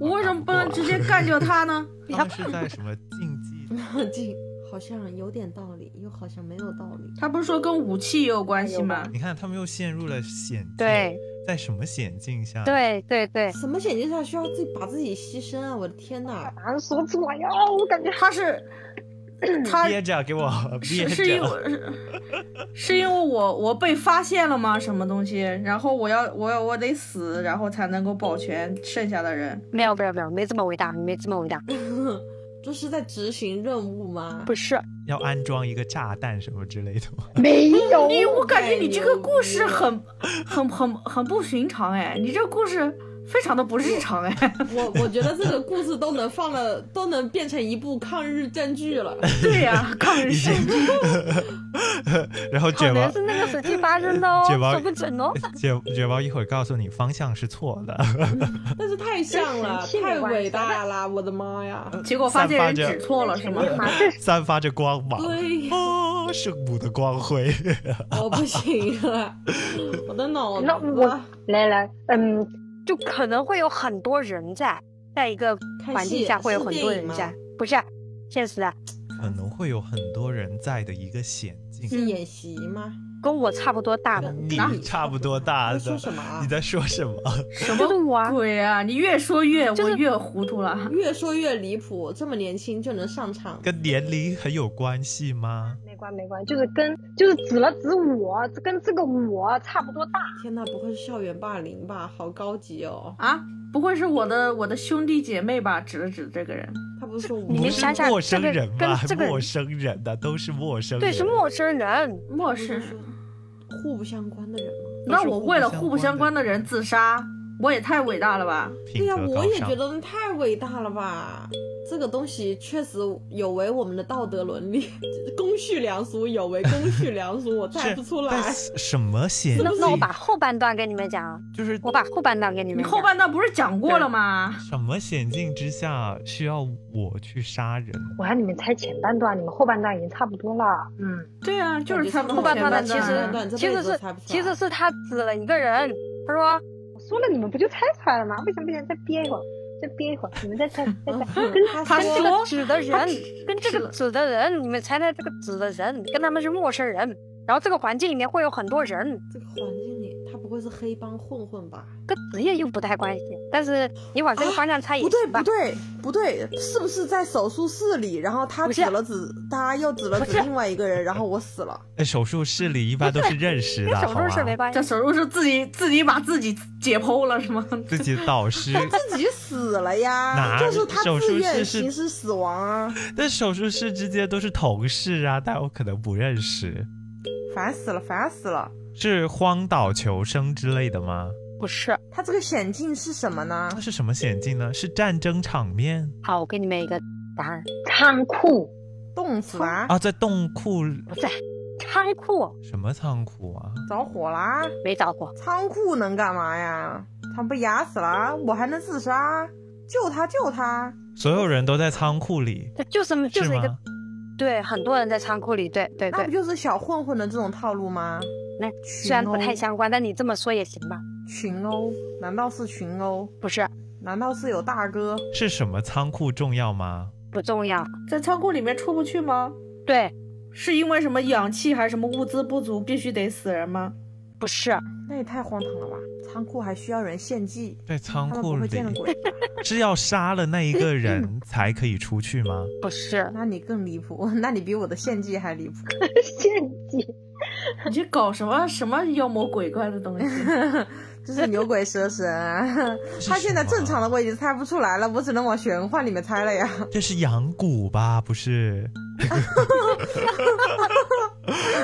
[SPEAKER 4] 我为什么不能直接干掉他呢？
[SPEAKER 6] 他们是在什么竞技？
[SPEAKER 8] 这好像有点道理，又好像没有道理。
[SPEAKER 4] 他不是说跟武器也有关系 吗？
[SPEAKER 6] 你看他们又陷入了险境，
[SPEAKER 7] 对，
[SPEAKER 6] 在什么险境下？，
[SPEAKER 7] 对对对，
[SPEAKER 8] 什么险境下需要自己把自己牺牲啊？我的天哪！
[SPEAKER 5] 难说出来呀、啊，我感觉
[SPEAKER 4] 他是他
[SPEAKER 6] 憋着给我憋
[SPEAKER 4] 是是因
[SPEAKER 6] 着。
[SPEAKER 4] 为是是因为我我被发现了吗？什么东西？然后我要我要我得死，然后才能够保全剩下的人。
[SPEAKER 7] 没有没有没有，没这么伟大，没这么伟大，
[SPEAKER 8] 这是在执行任务吗？
[SPEAKER 7] 不是。
[SPEAKER 6] 要安装一个炸弹什么之类的吗？
[SPEAKER 5] 没 有。
[SPEAKER 4] 你我感觉你这个故事很很很很不寻常哎，你这故事非常的不日常哎。
[SPEAKER 1] 我我觉得这个故事都能放了，都能变成一部抗日战剧 了。
[SPEAKER 4] 对呀、抗日
[SPEAKER 6] 已经
[SPEAKER 4] 神，
[SPEAKER 6] 然后
[SPEAKER 7] 可
[SPEAKER 6] 卷
[SPEAKER 7] 能
[SPEAKER 6] 毛
[SPEAKER 7] 是那个时期发生的哦，
[SPEAKER 6] 卷毛
[SPEAKER 7] 说不准哦。哎
[SPEAKER 6] 卷卷毛一会儿告诉你方向是错的，
[SPEAKER 1] 但是太像了
[SPEAKER 5] 跟神器，没
[SPEAKER 1] 太
[SPEAKER 5] 关系
[SPEAKER 1] 伟大了，我的妈呀！
[SPEAKER 4] 结果发现
[SPEAKER 6] 散发
[SPEAKER 4] 人
[SPEAKER 6] 着
[SPEAKER 4] 指错了 是吗？
[SPEAKER 6] 散发着光芒，
[SPEAKER 1] 对呀
[SPEAKER 6] 哦，圣母的光辉。
[SPEAKER 8] 哦
[SPEAKER 1] 我不行 了，我的脑
[SPEAKER 5] 那我
[SPEAKER 1] 子
[SPEAKER 5] 来来，嗯，
[SPEAKER 7] 就可能会有很多人在，在一个环境下会有很多人
[SPEAKER 8] 看戏是电
[SPEAKER 7] 在
[SPEAKER 8] 影，
[SPEAKER 7] 不是啊现实啊，
[SPEAKER 6] 可能会有很多人在的一个险境。
[SPEAKER 8] 是演习吗？
[SPEAKER 7] 跟我嗯差不多大的，
[SPEAKER 6] 你差不多大
[SPEAKER 8] 在
[SPEAKER 6] 的，
[SPEAKER 8] 说什么啊
[SPEAKER 6] 你？在说什么？
[SPEAKER 4] 什
[SPEAKER 7] 就是我啊，
[SPEAKER 4] 鬼啊！你越说越
[SPEAKER 7] 就
[SPEAKER 4] 我
[SPEAKER 7] 是
[SPEAKER 4] 越糊涂了。
[SPEAKER 8] 越说越离谱，这么年轻就能上场，
[SPEAKER 6] 跟年龄很有关系吗？
[SPEAKER 5] 没关没关，就是跟就是指了指我，跟这个我差不多大。
[SPEAKER 8] 天哪，不会是校园霸凌吧？好高级哦！
[SPEAKER 4] 啊，不会是我的我的兄弟姐妹吧？指了指这个人，
[SPEAKER 8] 他不是说
[SPEAKER 7] 你
[SPEAKER 8] 我
[SPEAKER 7] 们
[SPEAKER 6] 不
[SPEAKER 8] 是
[SPEAKER 6] 是
[SPEAKER 7] 想想
[SPEAKER 6] 陌生人吧？
[SPEAKER 7] 这个跟这个人
[SPEAKER 6] 陌生人的都是陌生人，
[SPEAKER 7] 对，是陌生人，
[SPEAKER 4] 陌
[SPEAKER 8] 不
[SPEAKER 4] 生
[SPEAKER 8] 是
[SPEAKER 4] 人
[SPEAKER 8] 说。互不相关的人吗？
[SPEAKER 4] 那我为了
[SPEAKER 6] 互
[SPEAKER 4] 互
[SPEAKER 6] 不
[SPEAKER 4] 不
[SPEAKER 6] 相
[SPEAKER 4] 相
[SPEAKER 6] 关
[SPEAKER 4] 关
[SPEAKER 6] 的
[SPEAKER 4] 的人自杀，我也太伟大了吧！
[SPEAKER 6] 品
[SPEAKER 8] 对呀、
[SPEAKER 6] 德高
[SPEAKER 8] 我也
[SPEAKER 6] 尚
[SPEAKER 8] 觉得太伟大了吧！这个东西确实有违我们的道德伦理、 公序良俗，有违公序良俗，我 猜
[SPEAKER 6] 是
[SPEAKER 8] 不出
[SPEAKER 6] 但
[SPEAKER 8] 来。
[SPEAKER 6] 是什么险境？
[SPEAKER 7] 那那我把后半段给你们讲啊，
[SPEAKER 6] 就是
[SPEAKER 7] 我把后半段给你
[SPEAKER 4] 你
[SPEAKER 7] 们讲。
[SPEAKER 4] 后半段不是讲过了吗？
[SPEAKER 6] 什么险境之下需要我去杀人？
[SPEAKER 5] 我让你们猜前半段，你们后半段已经差不多了。嗯，
[SPEAKER 4] 对啊，就是差不多
[SPEAKER 7] 后半
[SPEAKER 4] 前
[SPEAKER 7] 段呢，
[SPEAKER 4] 半
[SPEAKER 7] 其
[SPEAKER 4] 段啊
[SPEAKER 7] 实其实是其实是他指了一个人，他说
[SPEAKER 5] 我说了你们不就猜出来了吗？为什么不行？再憋一会儿，再憋一会儿，你们再 猜再猜。跟
[SPEAKER 4] 他
[SPEAKER 7] 跟这
[SPEAKER 4] 说
[SPEAKER 7] 个指的人，跟这个指的人，你们猜猜这个指的人跟他们是陌生人，然后这个环境里面会有很多人，
[SPEAKER 8] 这个环境里，他不会是黑帮混混吧？
[SPEAKER 7] 跟职业又不太关系，但是你往这个方向猜也
[SPEAKER 8] 不对
[SPEAKER 7] 哎行吧
[SPEAKER 8] 不。对不对，是不是在手术室里？然后他
[SPEAKER 7] 不
[SPEAKER 8] 指
[SPEAKER 7] 是
[SPEAKER 8] 了指，他又指了
[SPEAKER 7] 不
[SPEAKER 8] 指
[SPEAKER 7] 是
[SPEAKER 8] 另外一个人，然后我死了。
[SPEAKER 6] 哎，手术室里一般都是认识
[SPEAKER 7] 跟
[SPEAKER 6] 的，
[SPEAKER 7] 手
[SPEAKER 6] 好
[SPEAKER 7] 术是
[SPEAKER 6] 吧
[SPEAKER 7] 没？关
[SPEAKER 4] 这
[SPEAKER 7] 系，
[SPEAKER 4] 手术是自己自己把自己解剖了是吗？
[SPEAKER 6] 自己的导师，
[SPEAKER 8] 自己死了呀，
[SPEAKER 6] 哪
[SPEAKER 8] 就是他
[SPEAKER 6] 手术
[SPEAKER 8] 自
[SPEAKER 6] 室
[SPEAKER 8] 愿
[SPEAKER 6] 是
[SPEAKER 8] 行使死亡啊，
[SPEAKER 6] 但手术室之间都是同事啊，但我可能不认识。
[SPEAKER 8] 烦死了，烦死了。
[SPEAKER 6] 是荒岛求生之类的吗？
[SPEAKER 7] 不是。
[SPEAKER 8] 他这个险境是什么呢
[SPEAKER 6] 那？是什么险境呢？是战争场面
[SPEAKER 7] 好，我给你们一个答案，
[SPEAKER 5] 仓库，
[SPEAKER 8] 冻死啦，
[SPEAKER 6] 啊，在洞库
[SPEAKER 7] 不是仓库
[SPEAKER 6] 什么仓库啊？
[SPEAKER 8] 着火啦，
[SPEAKER 7] 没着火，
[SPEAKER 8] 仓库能干嘛呀？他被压死啦，我还能自杀？救他，救他！
[SPEAKER 6] 所有人都在仓库里，
[SPEAKER 7] 它就是就是是一个
[SPEAKER 6] 吗？
[SPEAKER 7] 对，很多人在仓库里，对对
[SPEAKER 8] 那
[SPEAKER 7] 对
[SPEAKER 8] 不，就是小混混的这种套路吗？
[SPEAKER 7] 那
[SPEAKER 8] 群
[SPEAKER 7] 虽然不太
[SPEAKER 8] 殴
[SPEAKER 7] 相关，但你这么说也行吧？
[SPEAKER 8] 群殴，难道是群殴？
[SPEAKER 7] 不是
[SPEAKER 8] 难道是有大哥？
[SPEAKER 6] 是什么仓库重要吗？
[SPEAKER 7] 不重要，
[SPEAKER 4] 在仓库里面出不去吗？
[SPEAKER 7] 对，
[SPEAKER 4] 是因为什么氧气还是什么物资不足，必须得死人吗？
[SPEAKER 7] 不是
[SPEAKER 8] 那也太荒唐了吧！仓库还需要人献祭，
[SPEAKER 6] 在仓
[SPEAKER 8] 他们
[SPEAKER 6] 库
[SPEAKER 8] 不会
[SPEAKER 6] 里
[SPEAKER 8] 见了鬼吧？
[SPEAKER 6] 是要杀了那一个人才可以出去吗？
[SPEAKER 7] 不是，
[SPEAKER 8] 那你更离谱， 那你比我的献祭还离谱。
[SPEAKER 5] 献祭，
[SPEAKER 4] 你这搞什么什么妖魔鬼怪的东 西？
[SPEAKER 8] 就是牛鬼蛇 神啊。
[SPEAKER 6] 是
[SPEAKER 8] 他现在
[SPEAKER 6] 什么
[SPEAKER 8] 正常的我已经猜不出来了，我只能往玄幻里面猜了呀。
[SPEAKER 6] 这是羊骨吧？不 是？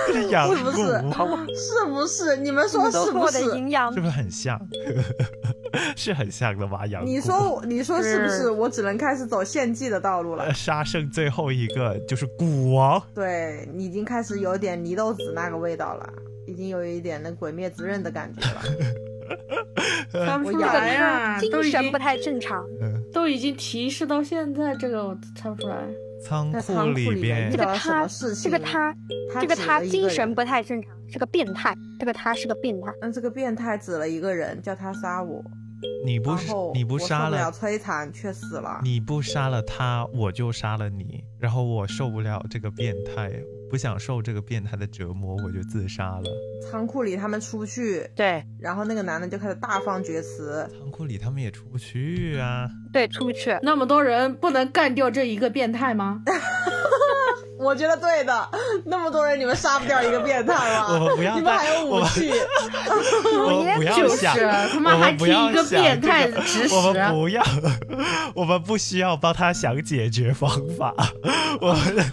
[SPEAKER 6] 这是羊
[SPEAKER 8] 是
[SPEAKER 6] 骨
[SPEAKER 8] 不是是不是？你们说
[SPEAKER 7] 都
[SPEAKER 8] 是
[SPEAKER 7] 是
[SPEAKER 8] 不
[SPEAKER 7] 我的
[SPEAKER 8] 是？
[SPEAKER 7] 阴阳
[SPEAKER 6] 是不是很像？ 是很像的吧？羊骨。
[SPEAKER 8] 你说我，你说是不是？
[SPEAKER 7] 是
[SPEAKER 8] 我只能开始走献祭的道路了
[SPEAKER 6] 呃。杀剩最后一个就是蛊王，
[SPEAKER 8] 对你已经开始有点泥豆子那个味道了，已经有一点那《鬼灭之刃》的感觉了。
[SPEAKER 6] 嗯
[SPEAKER 4] 翻不
[SPEAKER 8] 我
[SPEAKER 4] 出
[SPEAKER 8] 咬
[SPEAKER 4] 来呀，
[SPEAKER 7] 精
[SPEAKER 4] 都已
[SPEAKER 7] 神
[SPEAKER 4] 经
[SPEAKER 7] 不太正常，
[SPEAKER 6] 嗯，
[SPEAKER 4] 都已经提示到现在，这个我都猜不出来。
[SPEAKER 6] 仓
[SPEAKER 8] 在
[SPEAKER 6] 库
[SPEAKER 8] 仓库
[SPEAKER 6] 里
[SPEAKER 8] 里面
[SPEAKER 6] 边
[SPEAKER 8] 遇
[SPEAKER 7] 这个
[SPEAKER 8] 到了什么
[SPEAKER 7] 他
[SPEAKER 8] 事
[SPEAKER 7] 这
[SPEAKER 8] 情？
[SPEAKER 7] 个他
[SPEAKER 8] 嗯他
[SPEAKER 7] 这个
[SPEAKER 8] 指
[SPEAKER 7] 他
[SPEAKER 8] 了一
[SPEAKER 7] 精
[SPEAKER 8] 人嗯
[SPEAKER 7] 神不太正常，是个变态，这个他是个变态，
[SPEAKER 8] 那这个变态指了一个人，叫他杀我，
[SPEAKER 6] 你不
[SPEAKER 10] 然
[SPEAKER 6] 是
[SPEAKER 10] 后
[SPEAKER 6] 你不
[SPEAKER 10] 我受
[SPEAKER 6] 杀
[SPEAKER 10] 不
[SPEAKER 6] 了
[SPEAKER 10] 了摧残却死了。
[SPEAKER 6] 你不杀了他，我就杀了你。然后我受不了这个变态，不想受这个变态的折磨，我就自杀了。
[SPEAKER 10] 仓库里他们出不去，
[SPEAKER 7] 对
[SPEAKER 10] 然后那个男的就开始大放厥词。
[SPEAKER 6] 仓库里他们也出不去啊。
[SPEAKER 7] 对，出不去。
[SPEAKER 4] 那么多人不能干掉这一个变态吗？
[SPEAKER 10] 我觉得对的，那么多人你们杀不掉一个变态
[SPEAKER 6] 我
[SPEAKER 10] 吗？
[SPEAKER 6] 们不要
[SPEAKER 10] 你们还有
[SPEAKER 6] 再
[SPEAKER 10] 武器，
[SPEAKER 6] 我
[SPEAKER 7] 也
[SPEAKER 6] 不要
[SPEAKER 4] 就是
[SPEAKER 6] 想，
[SPEAKER 4] 他妈
[SPEAKER 6] 我
[SPEAKER 4] 还
[SPEAKER 6] 们不
[SPEAKER 4] 提
[SPEAKER 6] 要
[SPEAKER 4] 一个
[SPEAKER 6] 想
[SPEAKER 4] 变
[SPEAKER 6] 这
[SPEAKER 4] 态
[SPEAKER 6] 个
[SPEAKER 4] 的指
[SPEAKER 6] 我
[SPEAKER 4] 使
[SPEAKER 6] 们不要，我们不需要帮他想解决方法，我们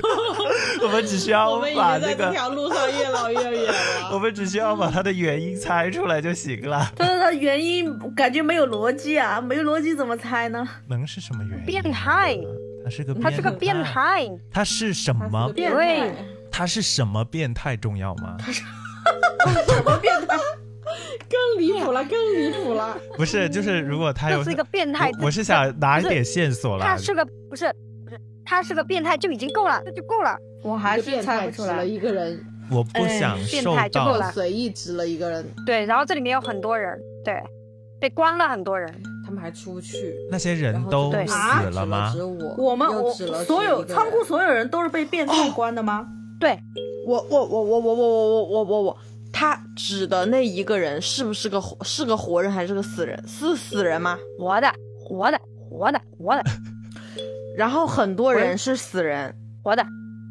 [SPEAKER 6] 我们只需要
[SPEAKER 10] 我们已
[SPEAKER 6] 把
[SPEAKER 10] 经
[SPEAKER 6] 那
[SPEAKER 10] 在这
[SPEAKER 6] 个，
[SPEAKER 10] 条路上越老越远了。
[SPEAKER 6] 我们只需要把他的原因猜出来就行了。
[SPEAKER 4] 但是他原因感觉没有逻辑啊，没逻辑怎么猜 呢？
[SPEAKER 6] 能是什么原因？
[SPEAKER 7] 变态，
[SPEAKER 6] 他是个
[SPEAKER 7] 他是个变
[SPEAKER 6] 态，
[SPEAKER 7] 态，
[SPEAKER 6] 他是什么？
[SPEAKER 10] 变
[SPEAKER 7] 对
[SPEAKER 10] 态，
[SPEAKER 6] 他是什么变态重要吗？
[SPEAKER 10] 更离谱了，更离谱了。
[SPEAKER 6] 不是，就是如果他有
[SPEAKER 7] 这是一个变态
[SPEAKER 6] 我，我是想拿一点线索
[SPEAKER 7] 他
[SPEAKER 6] 啦。
[SPEAKER 7] 是个不是不是，他是个变态就已经够了，这就够了。
[SPEAKER 4] 我还
[SPEAKER 10] 一个
[SPEAKER 4] 是
[SPEAKER 10] 变态
[SPEAKER 4] 猜不出
[SPEAKER 10] 指了
[SPEAKER 4] 来。
[SPEAKER 10] 一个人，
[SPEAKER 6] 我不想
[SPEAKER 7] 哎变
[SPEAKER 6] 受
[SPEAKER 7] 态就够
[SPEAKER 6] 到
[SPEAKER 7] 了吧
[SPEAKER 10] 随意指了一个人，
[SPEAKER 7] 对，然后这里面有很多人，对，被关了很多人，
[SPEAKER 10] 他们还出不去。
[SPEAKER 6] 那些
[SPEAKER 10] 然
[SPEAKER 6] 人
[SPEAKER 10] 后
[SPEAKER 6] 都
[SPEAKER 10] 就
[SPEAKER 7] 对
[SPEAKER 10] 指
[SPEAKER 4] 啊
[SPEAKER 6] 死了吗
[SPEAKER 10] 指？我
[SPEAKER 4] 我们
[SPEAKER 10] 又
[SPEAKER 4] 我
[SPEAKER 10] 指了
[SPEAKER 4] 所
[SPEAKER 10] 指
[SPEAKER 4] 有
[SPEAKER 10] 一个
[SPEAKER 4] 仓
[SPEAKER 10] 人
[SPEAKER 4] 库所有人都是被变态关的吗？
[SPEAKER 7] 对，
[SPEAKER 10] 我我我我我我我我我我我，他指的那一个人是不是个活是个活人还是个死人？是死人吗？
[SPEAKER 7] 活的活的活的活的
[SPEAKER 10] 然后很多人是死人，
[SPEAKER 7] 活的，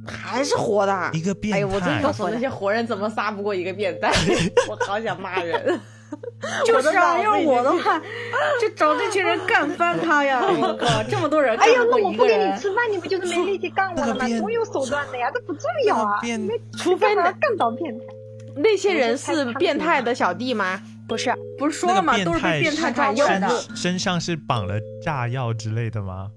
[SPEAKER 10] 还是活
[SPEAKER 8] 啊
[SPEAKER 10] 的？
[SPEAKER 6] 一个
[SPEAKER 10] 哎
[SPEAKER 6] 变
[SPEAKER 10] 呦，我真
[SPEAKER 6] 态
[SPEAKER 10] 告，诉那些活人怎么杀不过一个变 态，我好想骂人。
[SPEAKER 4] 就是
[SPEAKER 10] 我的
[SPEAKER 4] 啊，
[SPEAKER 10] 脑子
[SPEAKER 4] 要是
[SPEAKER 10] 已
[SPEAKER 4] 我
[SPEAKER 10] 经
[SPEAKER 4] 的话，就找这群人干翻他呀！ 我靠，这么多人
[SPEAKER 5] 哎
[SPEAKER 4] 干
[SPEAKER 5] 呀，
[SPEAKER 4] 不
[SPEAKER 5] 那
[SPEAKER 4] 过
[SPEAKER 5] 我
[SPEAKER 4] 一
[SPEAKER 5] 不
[SPEAKER 4] 个
[SPEAKER 5] 给
[SPEAKER 4] 人
[SPEAKER 5] 你。吃饭，你不就是没力气干我了吗
[SPEAKER 6] 那个？变
[SPEAKER 5] 总有手段的呀，这不重要啊。
[SPEAKER 6] 变
[SPEAKER 5] 你们
[SPEAKER 10] 除非
[SPEAKER 5] 干嘛
[SPEAKER 10] 那
[SPEAKER 5] 要干倒变态？
[SPEAKER 10] 那些人是变态的小弟吗？
[SPEAKER 7] 不是
[SPEAKER 4] 不是说
[SPEAKER 6] 那
[SPEAKER 4] 了
[SPEAKER 6] 个
[SPEAKER 4] 吗？
[SPEAKER 6] 变
[SPEAKER 4] 都是被
[SPEAKER 6] 态
[SPEAKER 4] 变态抓
[SPEAKER 10] 是
[SPEAKER 4] 过来
[SPEAKER 6] 身
[SPEAKER 4] 的，
[SPEAKER 6] 身上是绑了炸药之类的吗？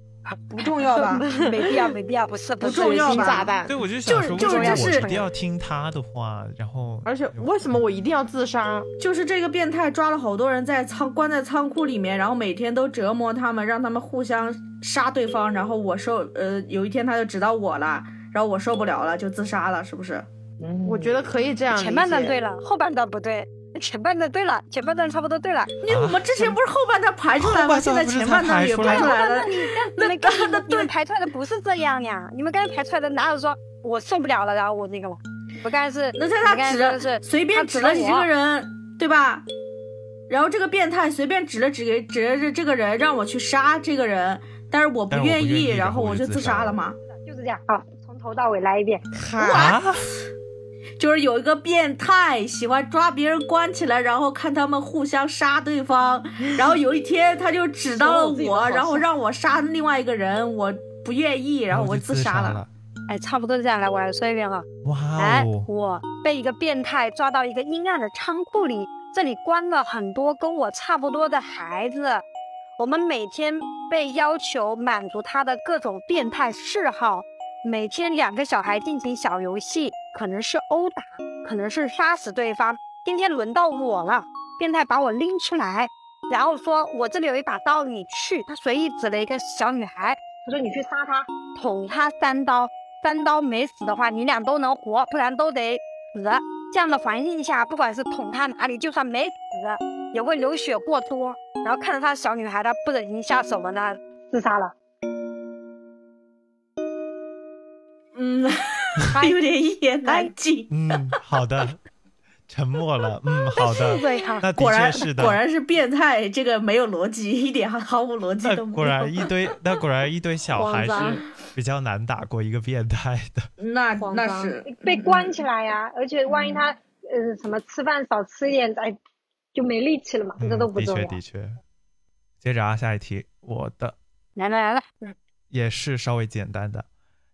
[SPEAKER 4] 不重要吧？
[SPEAKER 7] 没必要没必要，不是不
[SPEAKER 4] 不
[SPEAKER 7] 是
[SPEAKER 4] 重要
[SPEAKER 10] 人形
[SPEAKER 4] 吧
[SPEAKER 10] 炸弹
[SPEAKER 6] 对，。我就想说，
[SPEAKER 4] 就是
[SPEAKER 6] 为什么
[SPEAKER 4] 就
[SPEAKER 6] 我
[SPEAKER 4] 是
[SPEAKER 6] 一定要听他的话，然后
[SPEAKER 10] 而且为什么我一定要自杀？
[SPEAKER 4] 就是这个变态抓了好多人在仓关在仓库里面，然后每天都折磨他们，让他们互相杀对方，然后我受呃有一天他就指到我了，然后我受不了了就自杀了，是不是？
[SPEAKER 5] 嗯
[SPEAKER 10] 我觉得可以这样理解。
[SPEAKER 7] 前半段对了，后半段不对，前半段对了，前半段差不多对了，
[SPEAKER 4] 因为我们之前不是后半段排出来
[SPEAKER 6] 啊后半
[SPEAKER 4] 吗？
[SPEAKER 6] 段
[SPEAKER 4] 现在
[SPEAKER 6] 不是
[SPEAKER 4] 前半
[SPEAKER 6] 才排
[SPEAKER 4] 段也
[SPEAKER 6] 出
[SPEAKER 4] 排
[SPEAKER 6] 来
[SPEAKER 4] 出
[SPEAKER 6] 吗
[SPEAKER 4] 来了，
[SPEAKER 7] 你们刚 才你们排出来的不是这样呀？你们刚才排出来的哪有说我受不了了，然后我那个嘛？我刚才是，
[SPEAKER 4] 那在他指
[SPEAKER 7] 指的
[SPEAKER 4] 了
[SPEAKER 7] 是
[SPEAKER 4] 随便指了几个，人，对吧？然后这个变态随便指了指个指了这这个人，让我去杀这个人，但是我不
[SPEAKER 6] 但是我
[SPEAKER 4] 愿
[SPEAKER 6] 不愿意
[SPEAKER 4] 然
[SPEAKER 6] 然后
[SPEAKER 4] 后
[SPEAKER 6] 我
[SPEAKER 4] 我
[SPEAKER 6] 就
[SPEAKER 4] 就
[SPEAKER 6] 自
[SPEAKER 4] 自
[SPEAKER 6] 杀
[SPEAKER 4] 杀
[SPEAKER 6] 了
[SPEAKER 4] 了嘛。
[SPEAKER 5] 就是这样，好，从头到尾来一遍。
[SPEAKER 6] 啊，
[SPEAKER 4] 就是有一个变态喜欢抓别人关起来，然后看他们互相杀对方。然后有一天他就指到了
[SPEAKER 10] 说我自己
[SPEAKER 4] 我，
[SPEAKER 10] 好
[SPEAKER 4] 然后
[SPEAKER 10] 笑
[SPEAKER 4] 让我杀另外一个人，我不愿意，然后
[SPEAKER 6] 我
[SPEAKER 4] 我
[SPEAKER 6] 就
[SPEAKER 4] 自
[SPEAKER 6] 自
[SPEAKER 4] 杀了。
[SPEAKER 6] 了。
[SPEAKER 7] 哎，差不多是这样。来，我来说一遍哈。啊
[SPEAKER 6] 哇
[SPEAKER 7] 来
[SPEAKER 6] 哦，，
[SPEAKER 7] 哎我被一个变态抓到一个阴暗的仓库里，这里关了很多跟我差不多的孩子，我们每天被要求满足他的各种变态嗜好，每天两个小孩进行小游戏，可能是殴打，可能是杀死对方。今天轮到我了，变态把我拎出来，然后说我这里有一把刀，你去。他随意指了一个小女孩，
[SPEAKER 5] 他说你去杀他，
[SPEAKER 7] 捅他三刀，三刀没死的话，你俩都能活，不然都得死。这样的环境下，不管是捅他哪里，就算没死，也会流血过多。然后看着他小女孩，他不忍心下手了呢。
[SPEAKER 5] 自杀了。
[SPEAKER 4] 嗯，
[SPEAKER 7] 他
[SPEAKER 4] 有点一言难尽。
[SPEAKER 6] 嗯，好的， 沉默了，嗯，好的，
[SPEAKER 7] 对呀、
[SPEAKER 6] 那的
[SPEAKER 4] 果然
[SPEAKER 6] 确是，的，
[SPEAKER 4] 果然是变态，这个没有逻辑，一点毫无逻辑
[SPEAKER 6] 那
[SPEAKER 4] 都没 有。
[SPEAKER 6] 果然一堆，那果然一堆小
[SPEAKER 10] 慌
[SPEAKER 6] 孩
[SPEAKER 10] 张
[SPEAKER 6] 是比较难打过一个变态的。
[SPEAKER 4] 那
[SPEAKER 10] 慌
[SPEAKER 4] 那
[SPEAKER 10] 张
[SPEAKER 4] 是
[SPEAKER 5] 被关起来呀、而且万一他呃什么吃饭少吃一点，哎，就没力气了嘛，这
[SPEAKER 6] 嗯
[SPEAKER 5] 都不
[SPEAKER 6] 的
[SPEAKER 5] 重
[SPEAKER 6] 确
[SPEAKER 5] 要。
[SPEAKER 6] 的确。接着啊，下一题，我的
[SPEAKER 7] 来了来了，
[SPEAKER 6] 也是稍微简单的。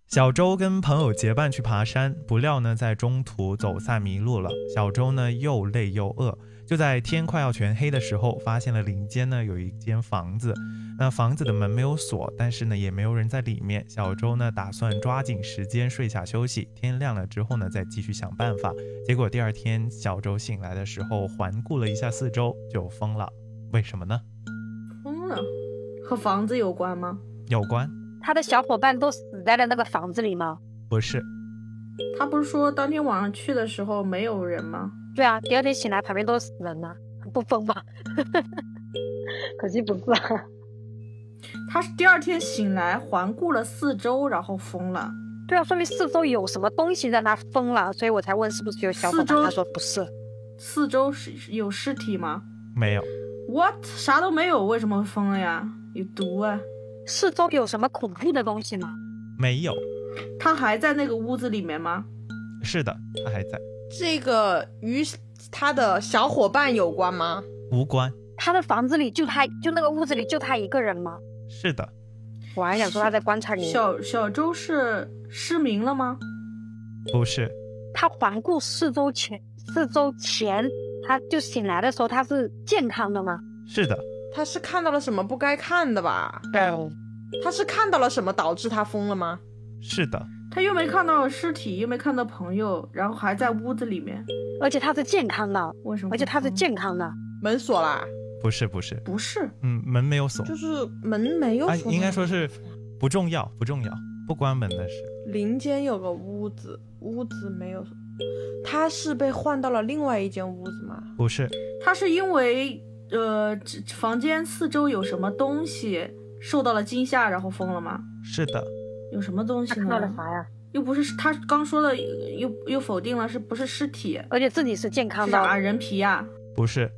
[SPEAKER 6] 小周跟朋友结伴去爬山，不料呢在中途走散迷路了。小周呢又累又饿，就在天快要全黑的时候，发现了林间呢有一间房子。那房子的门没有锁，但是呢也没有人在里面。小周呢打算抓紧时间睡下休息，天亮了之后呢再继续想办法。结果第二天小周醒来的时候，环顾了一下四周，就疯了。为什么呢？
[SPEAKER 4] 疯了，和房子有关吗？
[SPEAKER 6] 有关
[SPEAKER 7] 他的小伙伴都死在了那个房子里吗？
[SPEAKER 6] 不是
[SPEAKER 4] 他不是说当天晚上去的时候没有人吗？
[SPEAKER 7] 对啊，第二天醒来旁边都是死人呢，不疯吗？
[SPEAKER 5] 可惜不是啊。
[SPEAKER 4] 他是第二天醒来，环顾了四周，然后疯了。
[SPEAKER 7] 对啊，说明四周有什么东西让他疯了，所以我才问是不是有小伙
[SPEAKER 4] 四周
[SPEAKER 7] 伴。他说不是，
[SPEAKER 4] 四周是有尸体吗
[SPEAKER 6] 没有，
[SPEAKER 4] ？What？啥都没有，为什么会疯了呀？有毒啊！
[SPEAKER 7] 四周有什么恐怖的东西吗？
[SPEAKER 6] 没有，
[SPEAKER 4] 他还在那个屋子里面吗？
[SPEAKER 6] 是的，他还在，
[SPEAKER 8] 这个与他的小伙伴有关吗？
[SPEAKER 6] 无关，
[SPEAKER 7] 他的房子里就他就那个屋子里就他一个人吗？
[SPEAKER 6] 是的，
[SPEAKER 7] 我还想说他在棺材里面，
[SPEAKER 4] 小小周是失明了吗？
[SPEAKER 6] 不是，
[SPEAKER 7] 他环顾四周前四周前，他就醒来的时候他是健康的吗？
[SPEAKER 6] 是的，
[SPEAKER 8] 他是看到了什么不该看的吧？
[SPEAKER 7] 对，
[SPEAKER 8] 他是看到了什么导致他疯了吗？
[SPEAKER 6] 是的，
[SPEAKER 4] 他又没看到尸体，又没看到朋友，然后还在屋子里面，
[SPEAKER 7] 而且他是健康的，
[SPEAKER 4] 为什么？
[SPEAKER 7] 而且他是，健康的，
[SPEAKER 8] 门锁啦，
[SPEAKER 6] 不是，不是，
[SPEAKER 4] 不是
[SPEAKER 6] 嗯，门没有锁，
[SPEAKER 8] 就是门没有
[SPEAKER 6] 啊，
[SPEAKER 8] 锁。
[SPEAKER 6] 应该说是不重要，不重要，不关门的事，
[SPEAKER 11] 林间有个屋子，屋子没有，
[SPEAKER 8] 他是被换到了另外一间屋子吗？
[SPEAKER 6] 不是，
[SPEAKER 4] 他是因为呃这房间四周有什么东西受到了惊吓，然后疯了吗？
[SPEAKER 6] 是的，
[SPEAKER 4] 有什么东西
[SPEAKER 5] 他
[SPEAKER 4] 呢？
[SPEAKER 5] 看到了啥呀？
[SPEAKER 4] 又不是他刚说了，又又否定了，是不是尸体？
[SPEAKER 7] 而且自己是健康
[SPEAKER 4] 是啥
[SPEAKER 7] 的，
[SPEAKER 4] 人皮啊呀、
[SPEAKER 6] 不是，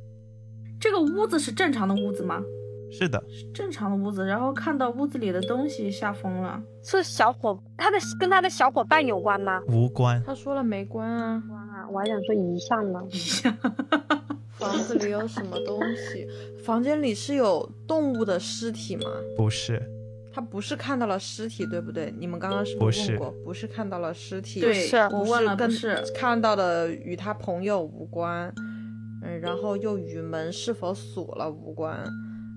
[SPEAKER 4] 这个屋子是正常的屋子吗？
[SPEAKER 6] 是的，
[SPEAKER 4] 是正常的屋子，然后看到屋子里的东西吓疯 了。
[SPEAKER 7] 是小伙他的跟他的小伙伴有关吗？
[SPEAKER 6] 无关，
[SPEAKER 11] 他说了没关啊。
[SPEAKER 5] 哇，我还想说遗像呢。
[SPEAKER 11] 房子里有什么东西？
[SPEAKER 8] 房间里是有动物的尸体吗？
[SPEAKER 6] 不是，
[SPEAKER 8] 他不是看到了尸体，对不对？你们刚刚是
[SPEAKER 6] 不
[SPEAKER 8] 是
[SPEAKER 6] 是
[SPEAKER 8] 问过？不是看到了尸体，
[SPEAKER 4] 对，
[SPEAKER 7] 是
[SPEAKER 4] 我问了，
[SPEAKER 8] 跟
[SPEAKER 4] 不是，
[SPEAKER 8] 看到的与他朋友无关，嗯，然后又与门是否锁了无关，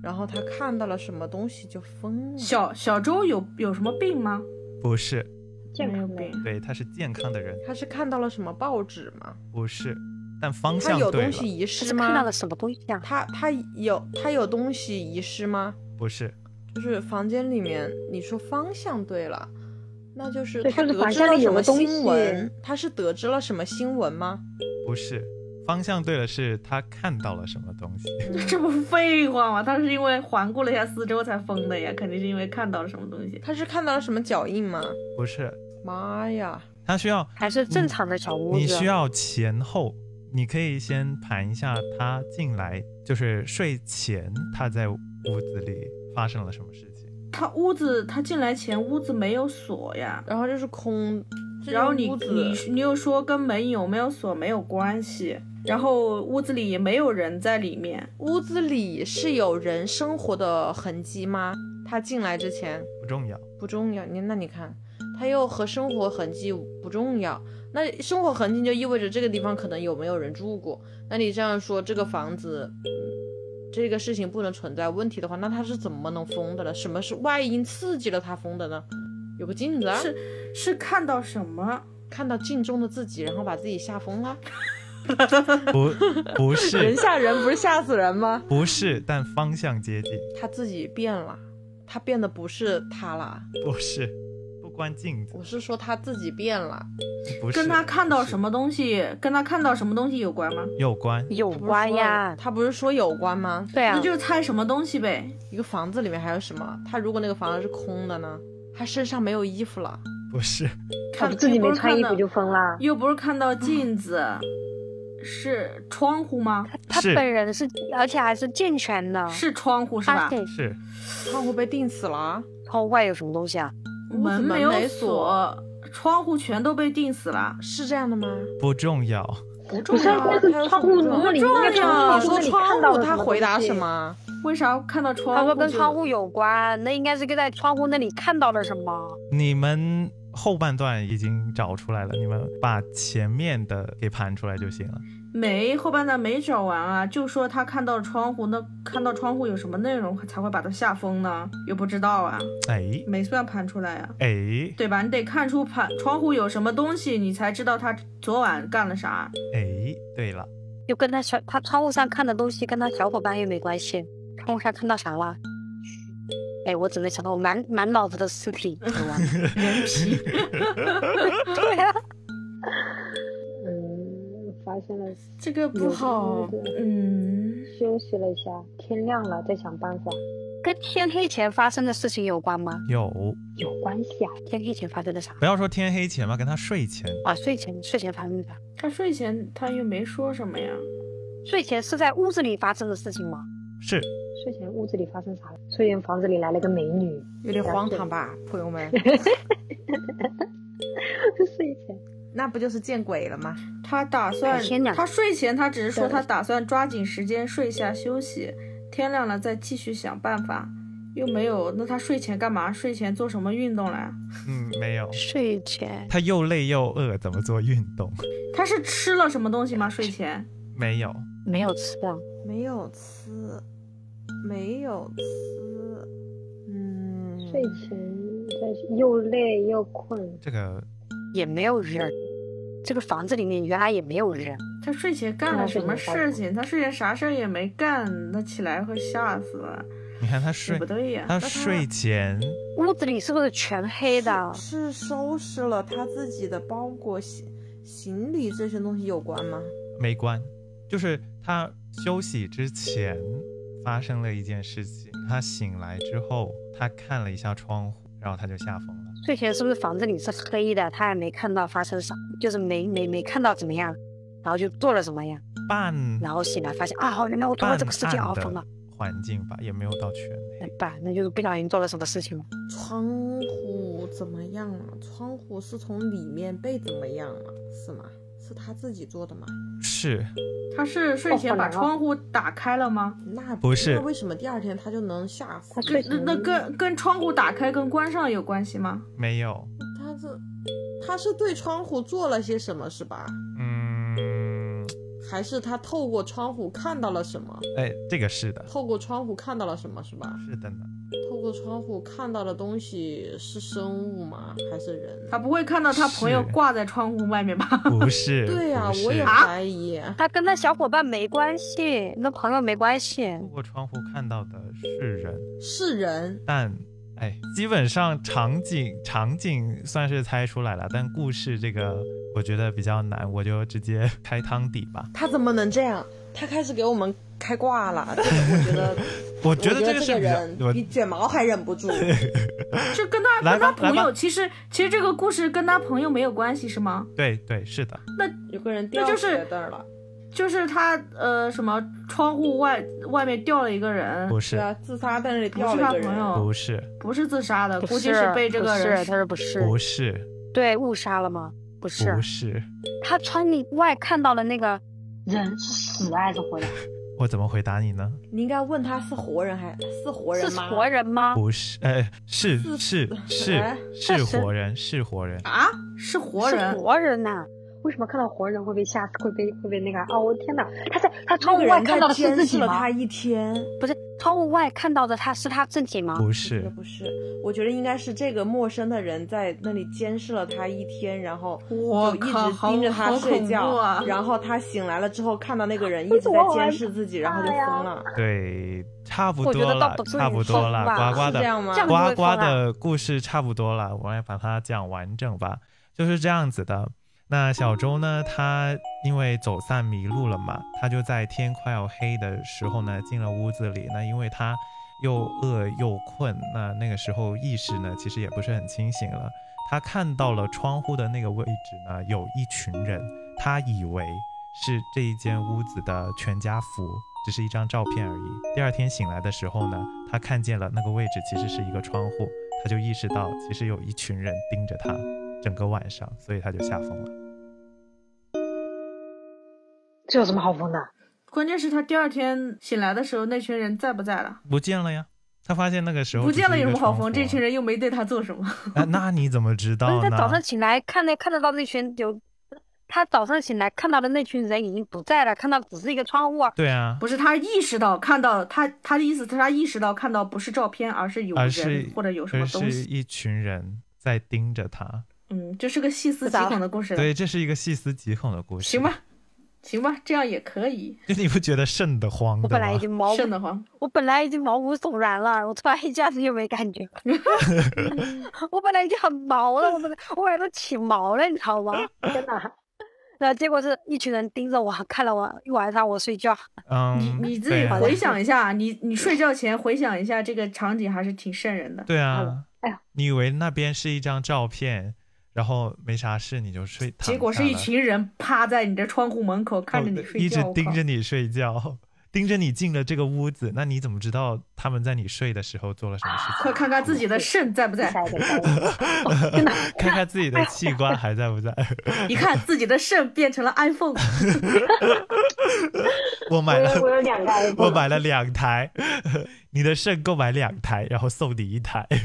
[SPEAKER 8] 然后他看到了什么东西就疯了。
[SPEAKER 4] 小小周有有什么病吗？
[SPEAKER 6] 不是，
[SPEAKER 5] 健
[SPEAKER 4] 没有
[SPEAKER 5] 康的，
[SPEAKER 4] 病。
[SPEAKER 6] 对，他是健康的人，
[SPEAKER 8] 他是看到了什么报纸吗？
[SPEAKER 6] 不是，但方
[SPEAKER 8] 他
[SPEAKER 6] 向
[SPEAKER 8] 有
[SPEAKER 6] 对
[SPEAKER 8] 东
[SPEAKER 6] 了
[SPEAKER 8] 西，遗
[SPEAKER 7] 他
[SPEAKER 8] 失
[SPEAKER 7] 是看到
[SPEAKER 8] 吗
[SPEAKER 7] 了？什么东西啊？
[SPEAKER 8] 他他有他有东西遗失吗？
[SPEAKER 6] 不是，
[SPEAKER 8] 就是房间里面，你说方向对了，那就是
[SPEAKER 5] 对
[SPEAKER 8] 他
[SPEAKER 5] 就是
[SPEAKER 8] 得
[SPEAKER 5] 房
[SPEAKER 8] 知
[SPEAKER 5] 间
[SPEAKER 8] 了
[SPEAKER 5] 里
[SPEAKER 8] 什
[SPEAKER 5] 有
[SPEAKER 8] 么
[SPEAKER 5] 个东
[SPEAKER 8] 新闻
[SPEAKER 5] 西？
[SPEAKER 8] 他是得知了什么新闻吗？
[SPEAKER 6] 不是，方向对了，是他看到了什么东西，
[SPEAKER 4] 这不废话吗？他是因为环顾了一下四周才疯的呀，肯定是因为看到了什么东西。
[SPEAKER 8] 他是看到了什么脚印吗？
[SPEAKER 6] 不是，
[SPEAKER 8] 妈呀！
[SPEAKER 6] 他需要
[SPEAKER 7] 还是正常的小屋
[SPEAKER 6] 你
[SPEAKER 7] 子？
[SPEAKER 6] 需要前后，你可以先盘一下他进来，就是睡前他在屋子里发生了什么事情。
[SPEAKER 4] 他屋子，他进来前屋子没有锁呀。
[SPEAKER 8] 然后就是空，这
[SPEAKER 4] 然后
[SPEAKER 8] 间
[SPEAKER 4] 你
[SPEAKER 8] 屋子
[SPEAKER 4] 你你又说跟门有没有锁没有关系，然后屋子里也没有人在里面，
[SPEAKER 8] 屋子里是有人生活的痕迹吗？他进来之前
[SPEAKER 6] 不重 要，
[SPEAKER 8] 不重要，你那你看，他又和生活痕迹不重要，那生活痕迹就意味着这个地方可能有没有人住过。那你这样说，这个房子，嗯，这个事情不能存在问题的话，那他是怎么能疯的呢？什么是外因刺激了他疯的呢？有个镜子啊，
[SPEAKER 4] 是是看到什么？
[SPEAKER 8] 看到镜中的自己，然后把自己吓疯了。
[SPEAKER 6] 不不
[SPEAKER 8] 人
[SPEAKER 6] 是
[SPEAKER 8] 吓人不是吓死人吗？
[SPEAKER 6] 不是，但方向接近，
[SPEAKER 8] 他自己变了，他变得不是他了。
[SPEAKER 6] 不是，不关镜子，
[SPEAKER 8] 我是说他自己变了，
[SPEAKER 6] 不是
[SPEAKER 4] 跟他看到什
[SPEAKER 6] 么
[SPEAKER 4] 么东西，跟他看到什么东西有关吗？
[SPEAKER 6] 有关，
[SPEAKER 7] 有
[SPEAKER 8] 他不是
[SPEAKER 7] 关
[SPEAKER 8] 说
[SPEAKER 7] 呀，
[SPEAKER 8] 他不是说有关吗？
[SPEAKER 7] 对啊
[SPEAKER 4] 那，就猜什么东西呗。
[SPEAKER 5] 哦
[SPEAKER 8] 一个房子里面还有什么？他如果那个房子是空的呢？他身上没有衣服了，
[SPEAKER 6] 不是
[SPEAKER 5] 他
[SPEAKER 4] 看
[SPEAKER 5] 不自己
[SPEAKER 4] 又不
[SPEAKER 5] 没
[SPEAKER 4] 是
[SPEAKER 5] 穿衣服
[SPEAKER 4] 看到
[SPEAKER 5] 就疯啦。
[SPEAKER 4] 又不是看到镜子，是窗户吗？
[SPEAKER 7] 他
[SPEAKER 6] 是
[SPEAKER 7] 本人是，而且还是健全
[SPEAKER 5] 哦
[SPEAKER 7] 的，
[SPEAKER 4] 是窗户是
[SPEAKER 7] 他
[SPEAKER 4] 吧？
[SPEAKER 7] 给
[SPEAKER 6] 是
[SPEAKER 8] 窗户被钉死了，
[SPEAKER 7] 窗外有什么东西啊？
[SPEAKER 8] 屋子
[SPEAKER 4] 没
[SPEAKER 8] 没
[SPEAKER 4] 有
[SPEAKER 8] 锁，
[SPEAKER 4] 窗户全都被钉死了。
[SPEAKER 8] 是这样的吗？
[SPEAKER 6] 不重要，
[SPEAKER 8] 不重
[SPEAKER 5] 不是啊，那
[SPEAKER 8] 要，他
[SPEAKER 5] 个
[SPEAKER 8] 有
[SPEAKER 5] 窗户
[SPEAKER 8] 什么
[SPEAKER 5] 如果你
[SPEAKER 4] 重
[SPEAKER 5] 那
[SPEAKER 4] 要
[SPEAKER 5] 个窗户，
[SPEAKER 8] 我
[SPEAKER 5] 如
[SPEAKER 8] 说
[SPEAKER 5] 果你看
[SPEAKER 8] 窗
[SPEAKER 5] 到
[SPEAKER 8] 户，
[SPEAKER 5] 了
[SPEAKER 8] 他回答什
[SPEAKER 5] 么
[SPEAKER 8] 么？
[SPEAKER 4] 为啥看到窗户？
[SPEAKER 7] 他说跟啊窗。户有关，那应该是跟在窗户那里看到了什么。
[SPEAKER 6] 你们。后半段已经找出来了，你们把前面的给盘出来就行了。
[SPEAKER 4] 没，后半段没找完啊，就说他看到窗户，那看到窗户有什么内容才会把他吓疯呢？又不知道啊，
[SPEAKER 6] 哎
[SPEAKER 4] 没算盘出来啊，
[SPEAKER 6] 哎
[SPEAKER 4] 对吧？你得看出盘窗户有什么东西，你才知道他昨晚干了啥。
[SPEAKER 6] 哎，对了，
[SPEAKER 7] 又跟他小他窗户上看的东西跟他小伙伴又没关系。窗户上看到啥了？哎，我只能想到我满满脑子的尸体。
[SPEAKER 4] 人皮，
[SPEAKER 7] 对啊，
[SPEAKER 5] 东西？嗯，发现了。
[SPEAKER 4] 这个不好
[SPEAKER 5] 有的，
[SPEAKER 4] 嗯，
[SPEAKER 5] 休息了一下，天亮了再想办法，
[SPEAKER 7] 跟天黑前发生的事情有关吗？
[SPEAKER 6] 有，
[SPEAKER 5] 有关系啊。
[SPEAKER 7] 天黑前发生的啥？
[SPEAKER 6] 不要说天黑前吧，跟他睡前。
[SPEAKER 7] 啊，睡前睡前发生的啥？
[SPEAKER 4] 他睡前他又没说什么呀，
[SPEAKER 7] 睡前是在屋子里发生的事情吗？
[SPEAKER 6] 是，
[SPEAKER 5] 睡前屋子里发生啥了？睡前房子里来了个美女，
[SPEAKER 12] 有点荒唐吧，朋友 们？
[SPEAKER 5] 睡前
[SPEAKER 12] 那不就是见鬼了吗？
[SPEAKER 4] 他打算
[SPEAKER 7] 哎天哪
[SPEAKER 4] 他睡前他只是说他打算抓紧时间睡下休息，天亮了再继续想办法，又没有那他睡前干嘛？睡前做什么运动来？
[SPEAKER 6] 嗯，没有。
[SPEAKER 7] 睡前
[SPEAKER 6] 他又累又饿，怎么做运动？
[SPEAKER 4] 他是吃了什么东西吗？睡前
[SPEAKER 6] 没有，
[SPEAKER 7] 没有吃啊，
[SPEAKER 8] 没有吃，没有吃，嗯，
[SPEAKER 5] 睡前在又累又困，
[SPEAKER 6] 这个
[SPEAKER 7] 也没有人，这个房子里面原来也没有人。
[SPEAKER 4] 他睡前干了什么事情？他睡前啥事儿也没干，他起来会吓死了。
[SPEAKER 6] 你看他
[SPEAKER 4] 也
[SPEAKER 6] 睡
[SPEAKER 4] 不，对啊呀，
[SPEAKER 6] 他睡前
[SPEAKER 7] 屋子里是不是全黑的？
[SPEAKER 8] 是收拾了他自己的包裹、行行李这些东西有关吗？
[SPEAKER 6] 没关，就是他休息之前发生了一件事情。他醒来之后，他看了一下窗户，然后他就吓疯了。
[SPEAKER 7] 睡前是不是房子里是黑的？他也没看到发生啥，就是没没没看到怎么样，然后就做了什么呀？
[SPEAKER 6] 半
[SPEAKER 7] 然后醒来发现啊，好，原来我做
[SPEAKER 6] 半
[SPEAKER 7] 了这个事情，
[SPEAKER 6] 暗
[SPEAKER 7] 啊，
[SPEAKER 6] 的
[SPEAKER 7] 疯了，
[SPEAKER 6] 环境吧，也没有到全黑
[SPEAKER 7] 那。爸，那就是不小心做了什么事情了。
[SPEAKER 8] 窗户怎么样了？窗户是从里面被怎么样了？是吗？是他自己做的吗？
[SPEAKER 6] 是
[SPEAKER 4] 他是睡前把
[SPEAKER 5] 哦好难哦
[SPEAKER 4] 窗户打开了吗？
[SPEAKER 8] 那
[SPEAKER 6] 不是
[SPEAKER 8] 那为什么第二天他就能吓死
[SPEAKER 5] 他？睡
[SPEAKER 4] 那
[SPEAKER 5] 前
[SPEAKER 4] 那跟跟窗户打开跟关上有关系吗？
[SPEAKER 6] 没有，
[SPEAKER 8] 他是他是对窗户做了些什么是吧？
[SPEAKER 6] 嗯，
[SPEAKER 8] 还是他透过窗户看到了什么？
[SPEAKER 6] 哎，这个是的，
[SPEAKER 8] 透过窗户看到了什么是吧？
[SPEAKER 6] 是的呢。
[SPEAKER 8] 透过窗户看到的东西是生物吗？还是人？
[SPEAKER 4] 他不会看到他朋友
[SPEAKER 6] 是
[SPEAKER 4] 挂在窗户外面吧？
[SPEAKER 6] 不是，
[SPEAKER 8] 对呀、
[SPEAKER 6] 不是啊
[SPEAKER 8] 我也怀疑。
[SPEAKER 7] 他跟那小伙伴没关系，那朋友没关系。
[SPEAKER 6] 透过窗户看到的是人，
[SPEAKER 8] 是人，
[SPEAKER 6] 但哎，基本上场景场景算是猜出来了，但故事这个我觉得比较难，我就直接 开汤底吧。
[SPEAKER 8] 他怎么能这样？他开始给我们开挂了，这个我觉得，
[SPEAKER 6] 我
[SPEAKER 8] 我
[SPEAKER 6] 觉得
[SPEAKER 8] 这
[SPEAKER 6] 个是
[SPEAKER 8] 个
[SPEAKER 6] 比较
[SPEAKER 8] 人
[SPEAKER 6] 我
[SPEAKER 8] 比卷毛还忍 不住。
[SPEAKER 4] 就跟他
[SPEAKER 6] 来
[SPEAKER 4] 跟他
[SPEAKER 6] 吧来
[SPEAKER 4] 朋
[SPEAKER 6] 吧
[SPEAKER 4] 友，其实其实这个故事跟他朋友没有关系是吗？
[SPEAKER 6] 对对是的，
[SPEAKER 8] 有个人
[SPEAKER 4] 那
[SPEAKER 8] 掉
[SPEAKER 4] 就
[SPEAKER 8] 在
[SPEAKER 4] 是
[SPEAKER 8] 那儿了，
[SPEAKER 4] 就是他呃什么窗户外外面掉了一个人，
[SPEAKER 6] 不
[SPEAKER 8] 对
[SPEAKER 6] 是
[SPEAKER 8] 啊，自杀在那里
[SPEAKER 4] 不
[SPEAKER 8] 掉
[SPEAKER 4] 是
[SPEAKER 8] 了
[SPEAKER 4] 他
[SPEAKER 8] 一个
[SPEAKER 4] 朋
[SPEAKER 8] 人，
[SPEAKER 6] 不
[SPEAKER 4] 友，
[SPEAKER 6] 是
[SPEAKER 4] 不是自杀的，
[SPEAKER 7] 不
[SPEAKER 4] 估计
[SPEAKER 7] 是
[SPEAKER 4] 被这个
[SPEAKER 7] 不
[SPEAKER 4] 人
[SPEAKER 7] 是他说不是，
[SPEAKER 6] 不是
[SPEAKER 7] 对，误杀了吗？不是啊
[SPEAKER 6] 不，是，
[SPEAKER 7] 他窗里外看到了那个
[SPEAKER 5] 人是死还是活的？
[SPEAKER 6] 我怎么回答你呢？
[SPEAKER 8] 你应该问他是活人还是活
[SPEAKER 7] 是
[SPEAKER 8] 人吗？
[SPEAKER 7] 活人吗？
[SPEAKER 6] 不是，呃，是
[SPEAKER 8] 是
[SPEAKER 6] 是
[SPEAKER 8] 哎
[SPEAKER 6] 是是活人，是活人，
[SPEAKER 4] 啊，是活
[SPEAKER 7] 是
[SPEAKER 4] 人，
[SPEAKER 7] 活人呐、
[SPEAKER 5] 为什么看到活人会被吓死？会被会被那个？哦，我天哪！他在他
[SPEAKER 8] 那
[SPEAKER 5] 窗
[SPEAKER 8] 个
[SPEAKER 5] 户外
[SPEAKER 8] 人在
[SPEAKER 5] 看到的是
[SPEAKER 8] 监
[SPEAKER 5] 自
[SPEAKER 8] 视
[SPEAKER 5] 己
[SPEAKER 8] 了
[SPEAKER 5] 吗
[SPEAKER 8] 他？一天，
[SPEAKER 7] 不是窗户外看到的他是他自己吗？
[SPEAKER 6] 不
[SPEAKER 8] 这个
[SPEAKER 6] 是
[SPEAKER 8] 不是，我觉得应该是这个陌生的人在那里监视了他一天，然后
[SPEAKER 4] 我
[SPEAKER 8] 就一
[SPEAKER 4] 靠
[SPEAKER 8] 直
[SPEAKER 4] 好
[SPEAKER 8] 盯着他
[SPEAKER 4] 好
[SPEAKER 8] 睡
[SPEAKER 4] 恐
[SPEAKER 8] 觉，
[SPEAKER 4] 怖啊
[SPEAKER 8] 然后他醒来了之后看到那个人一直在监视自己，然后就疯了，
[SPEAKER 6] 哎对，差不
[SPEAKER 7] 我觉
[SPEAKER 6] 多
[SPEAKER 7] 得倒
[SPEAKER 6] 了
[SPEAKER 7] 不，至于
[SPEAKER 6] 差不多了，
[SPEAKER 7] 疯吧
[SPEAKER 6] 呱呱
[SPEAKER 8] 是
[SPEAKER 6] 的
[SPEAKER 8] 这样吗
[SPEAKER 7] 这？样
[SPEAKER 6] 呱
[SPEAKER 7] 会
[SPEAKER 6] 呱
[SPEAKER 7] 疯啊
[SPEAKER 6] 的故事差不多了，我来把它讲完整吧。就是这样子的。那小周呢，他因为走散迷路了嘛，他就在天快要黑的时候呢，进了屋子里。那因为他又饿又困，那那个时候意识呢，其实也不是很清醒了。他看到了窗户的那个位置呢，有一群人，他以为是这一间屋子的全家福，只是一张照片而已。第二天醒来的时候呢，他看见了那个位置其实是一个窗户，他就意识到其实有一群人盯着他整个晚上，所以他就吓疯了。
[SPEAKER 5] 这有什么好疯的？
[SPEAKER 4] 关键是他第二天醒来的时候，那群人在不在了？
[SPEAKER 6] 不见了呀，他发现那个时候
[SPEAKER 4] 不见了有什么好
[SPEAKER 6] 只是一个窗户
[SPEAKER 4] 疯？
[SPEAKER 6] 啊
[SPEAKER 4] 这群人又没对他做什么。
[SPEAKER 6] 啊那你怎么知
[SPEAKER 7] 不是
[SPEAKER 6] 道
[SPEAKER 7] 他
[SPEAKER 6] 呢？
[SPEAKER 7] 早上醒来看那看得到那群有，他早上醒来看到的那群人已经不在了，看到只是一个窗户啊。
[SPEAKER 6] 对啊，
[SPEAKER 4] 不是他意识到看到他他的意思，是他意识到看到不是照片，而是有
[SPEAKER 6] 而
[SPEAKER 4] 人
[SPEAKER 6] 是
[SPEAKER 4] 或者有什么
[SPEAKER 6] 而
[SPEAKER 4] 东
[SPEAKER 6] 是
[SPEAKER 4] 西。
[SPEAKER 6] 一群人在盯着他。
[SPEAKER 4] 嗯，这是个细思极恐的故事。
[SPEAKER 6] 对，这是一个细思极恐的故事。
[SPEAKER 4] 行吧，行吧，这样也可以，
[SPEAKER 6] 就你不觉得瘆得慌
[SPEAKER 7] 我
[SPEAKER 6] 的
[SPEAKER 7] 本来已
[SPEAKER 6] 吗？
[SPEAKER 7] 经毛，
[SPEAKER 4] 瘆得慌。
[SPEAKER 7] 我本来已经毛骨悚然了，我突然一下子就没感 觉。我本来已经很毛了，我本来我本来都起毛了，你知道吗？
[SPEAKER 5] 天哪！
[SPEAKER 7] 然后结果是一群人盯着我，看了我一晚上我睡觉。
[SPEAKER 4] 你
[SPEAKER 6] 嗯，
[SPEAKER 4] 你自
[SPEAKER 6] 对
[SPEAKER 4] 己
[SPEAKER 6] 啊
[SPEAKER 4] 回想一下，你你睡觉前回想一下这个场景，还是挺瘆人的。
[SPEAKER 6] 对啊
[SPEAKER 5] 哎呀，
[SPEAKER 6] 你以为那边是一张照片，然后没啥事你就睡，躺
[SPEAKER 4] 结果
[SPEAKER 6] 下
[SPEAKER 4] 是一
[SPEAKER 6] 了
[SPEAKER 4] 群人趴在你的窗户门口看着你
[SPEAKER 6] 哦
[SPEAKER 4] 睡
[SPEAKER 6] 一直
[SPEAKER 4] 觉，我
[SPEAKER 6] 盯
[SPEAKER 4] 靠
[SPEAKER 6] 着你睡觉，盯着你进了这个屋子，那你怎么知道他们在你睡的时候做了什么事情？
[SPEAKER 4] 快看看自己的肾在不在，
[SPEAKER 5] 吓一个吓一个
[SPEAKER 4] 哦
[SPEAKER 6] 看看自己的器官还在不在。
[SPEAKER 4] 一看自己的肾变成了 iPhone，
[SPEAKER 6] 我
[SPEAKER 5] 我
[SPEAKER 6] 买了
[SPEAKER 5] 有我有两个 iPhone，
[SPEAKER 6] 我买了两台， 你的肾购买两台，然后送你一台。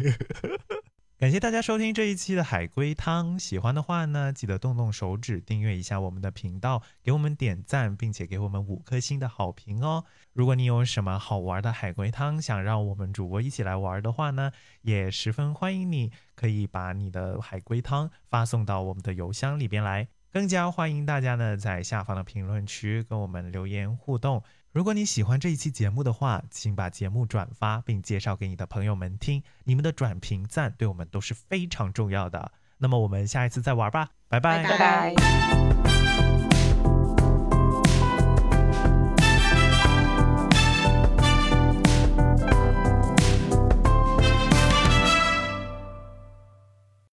[SPEAKER 6] 感谢大家收听这一期的海龟汤，喜欢的话呢，记得动动手指订阅一下我们的频道，给我们点赞，并且给我们五颗星的好评哦。如果你有什么好玩的海龟汤，想让我们主播一起来玩的话呢，也十分欢迎你可以把你的海龟汤发送到我们的邮箱里边来。更加欢迎大家呢在下方的评论区跟我们留言互动。如果你喜欢这一期节目的话，请把节目转发并介绍给你的朋友们听，你们的转评赞对我们都是非常重要的。那么我们下一次再玩吧，拜拜
[SPEAKER 8] 拜
[SPEAKER 7] 拜。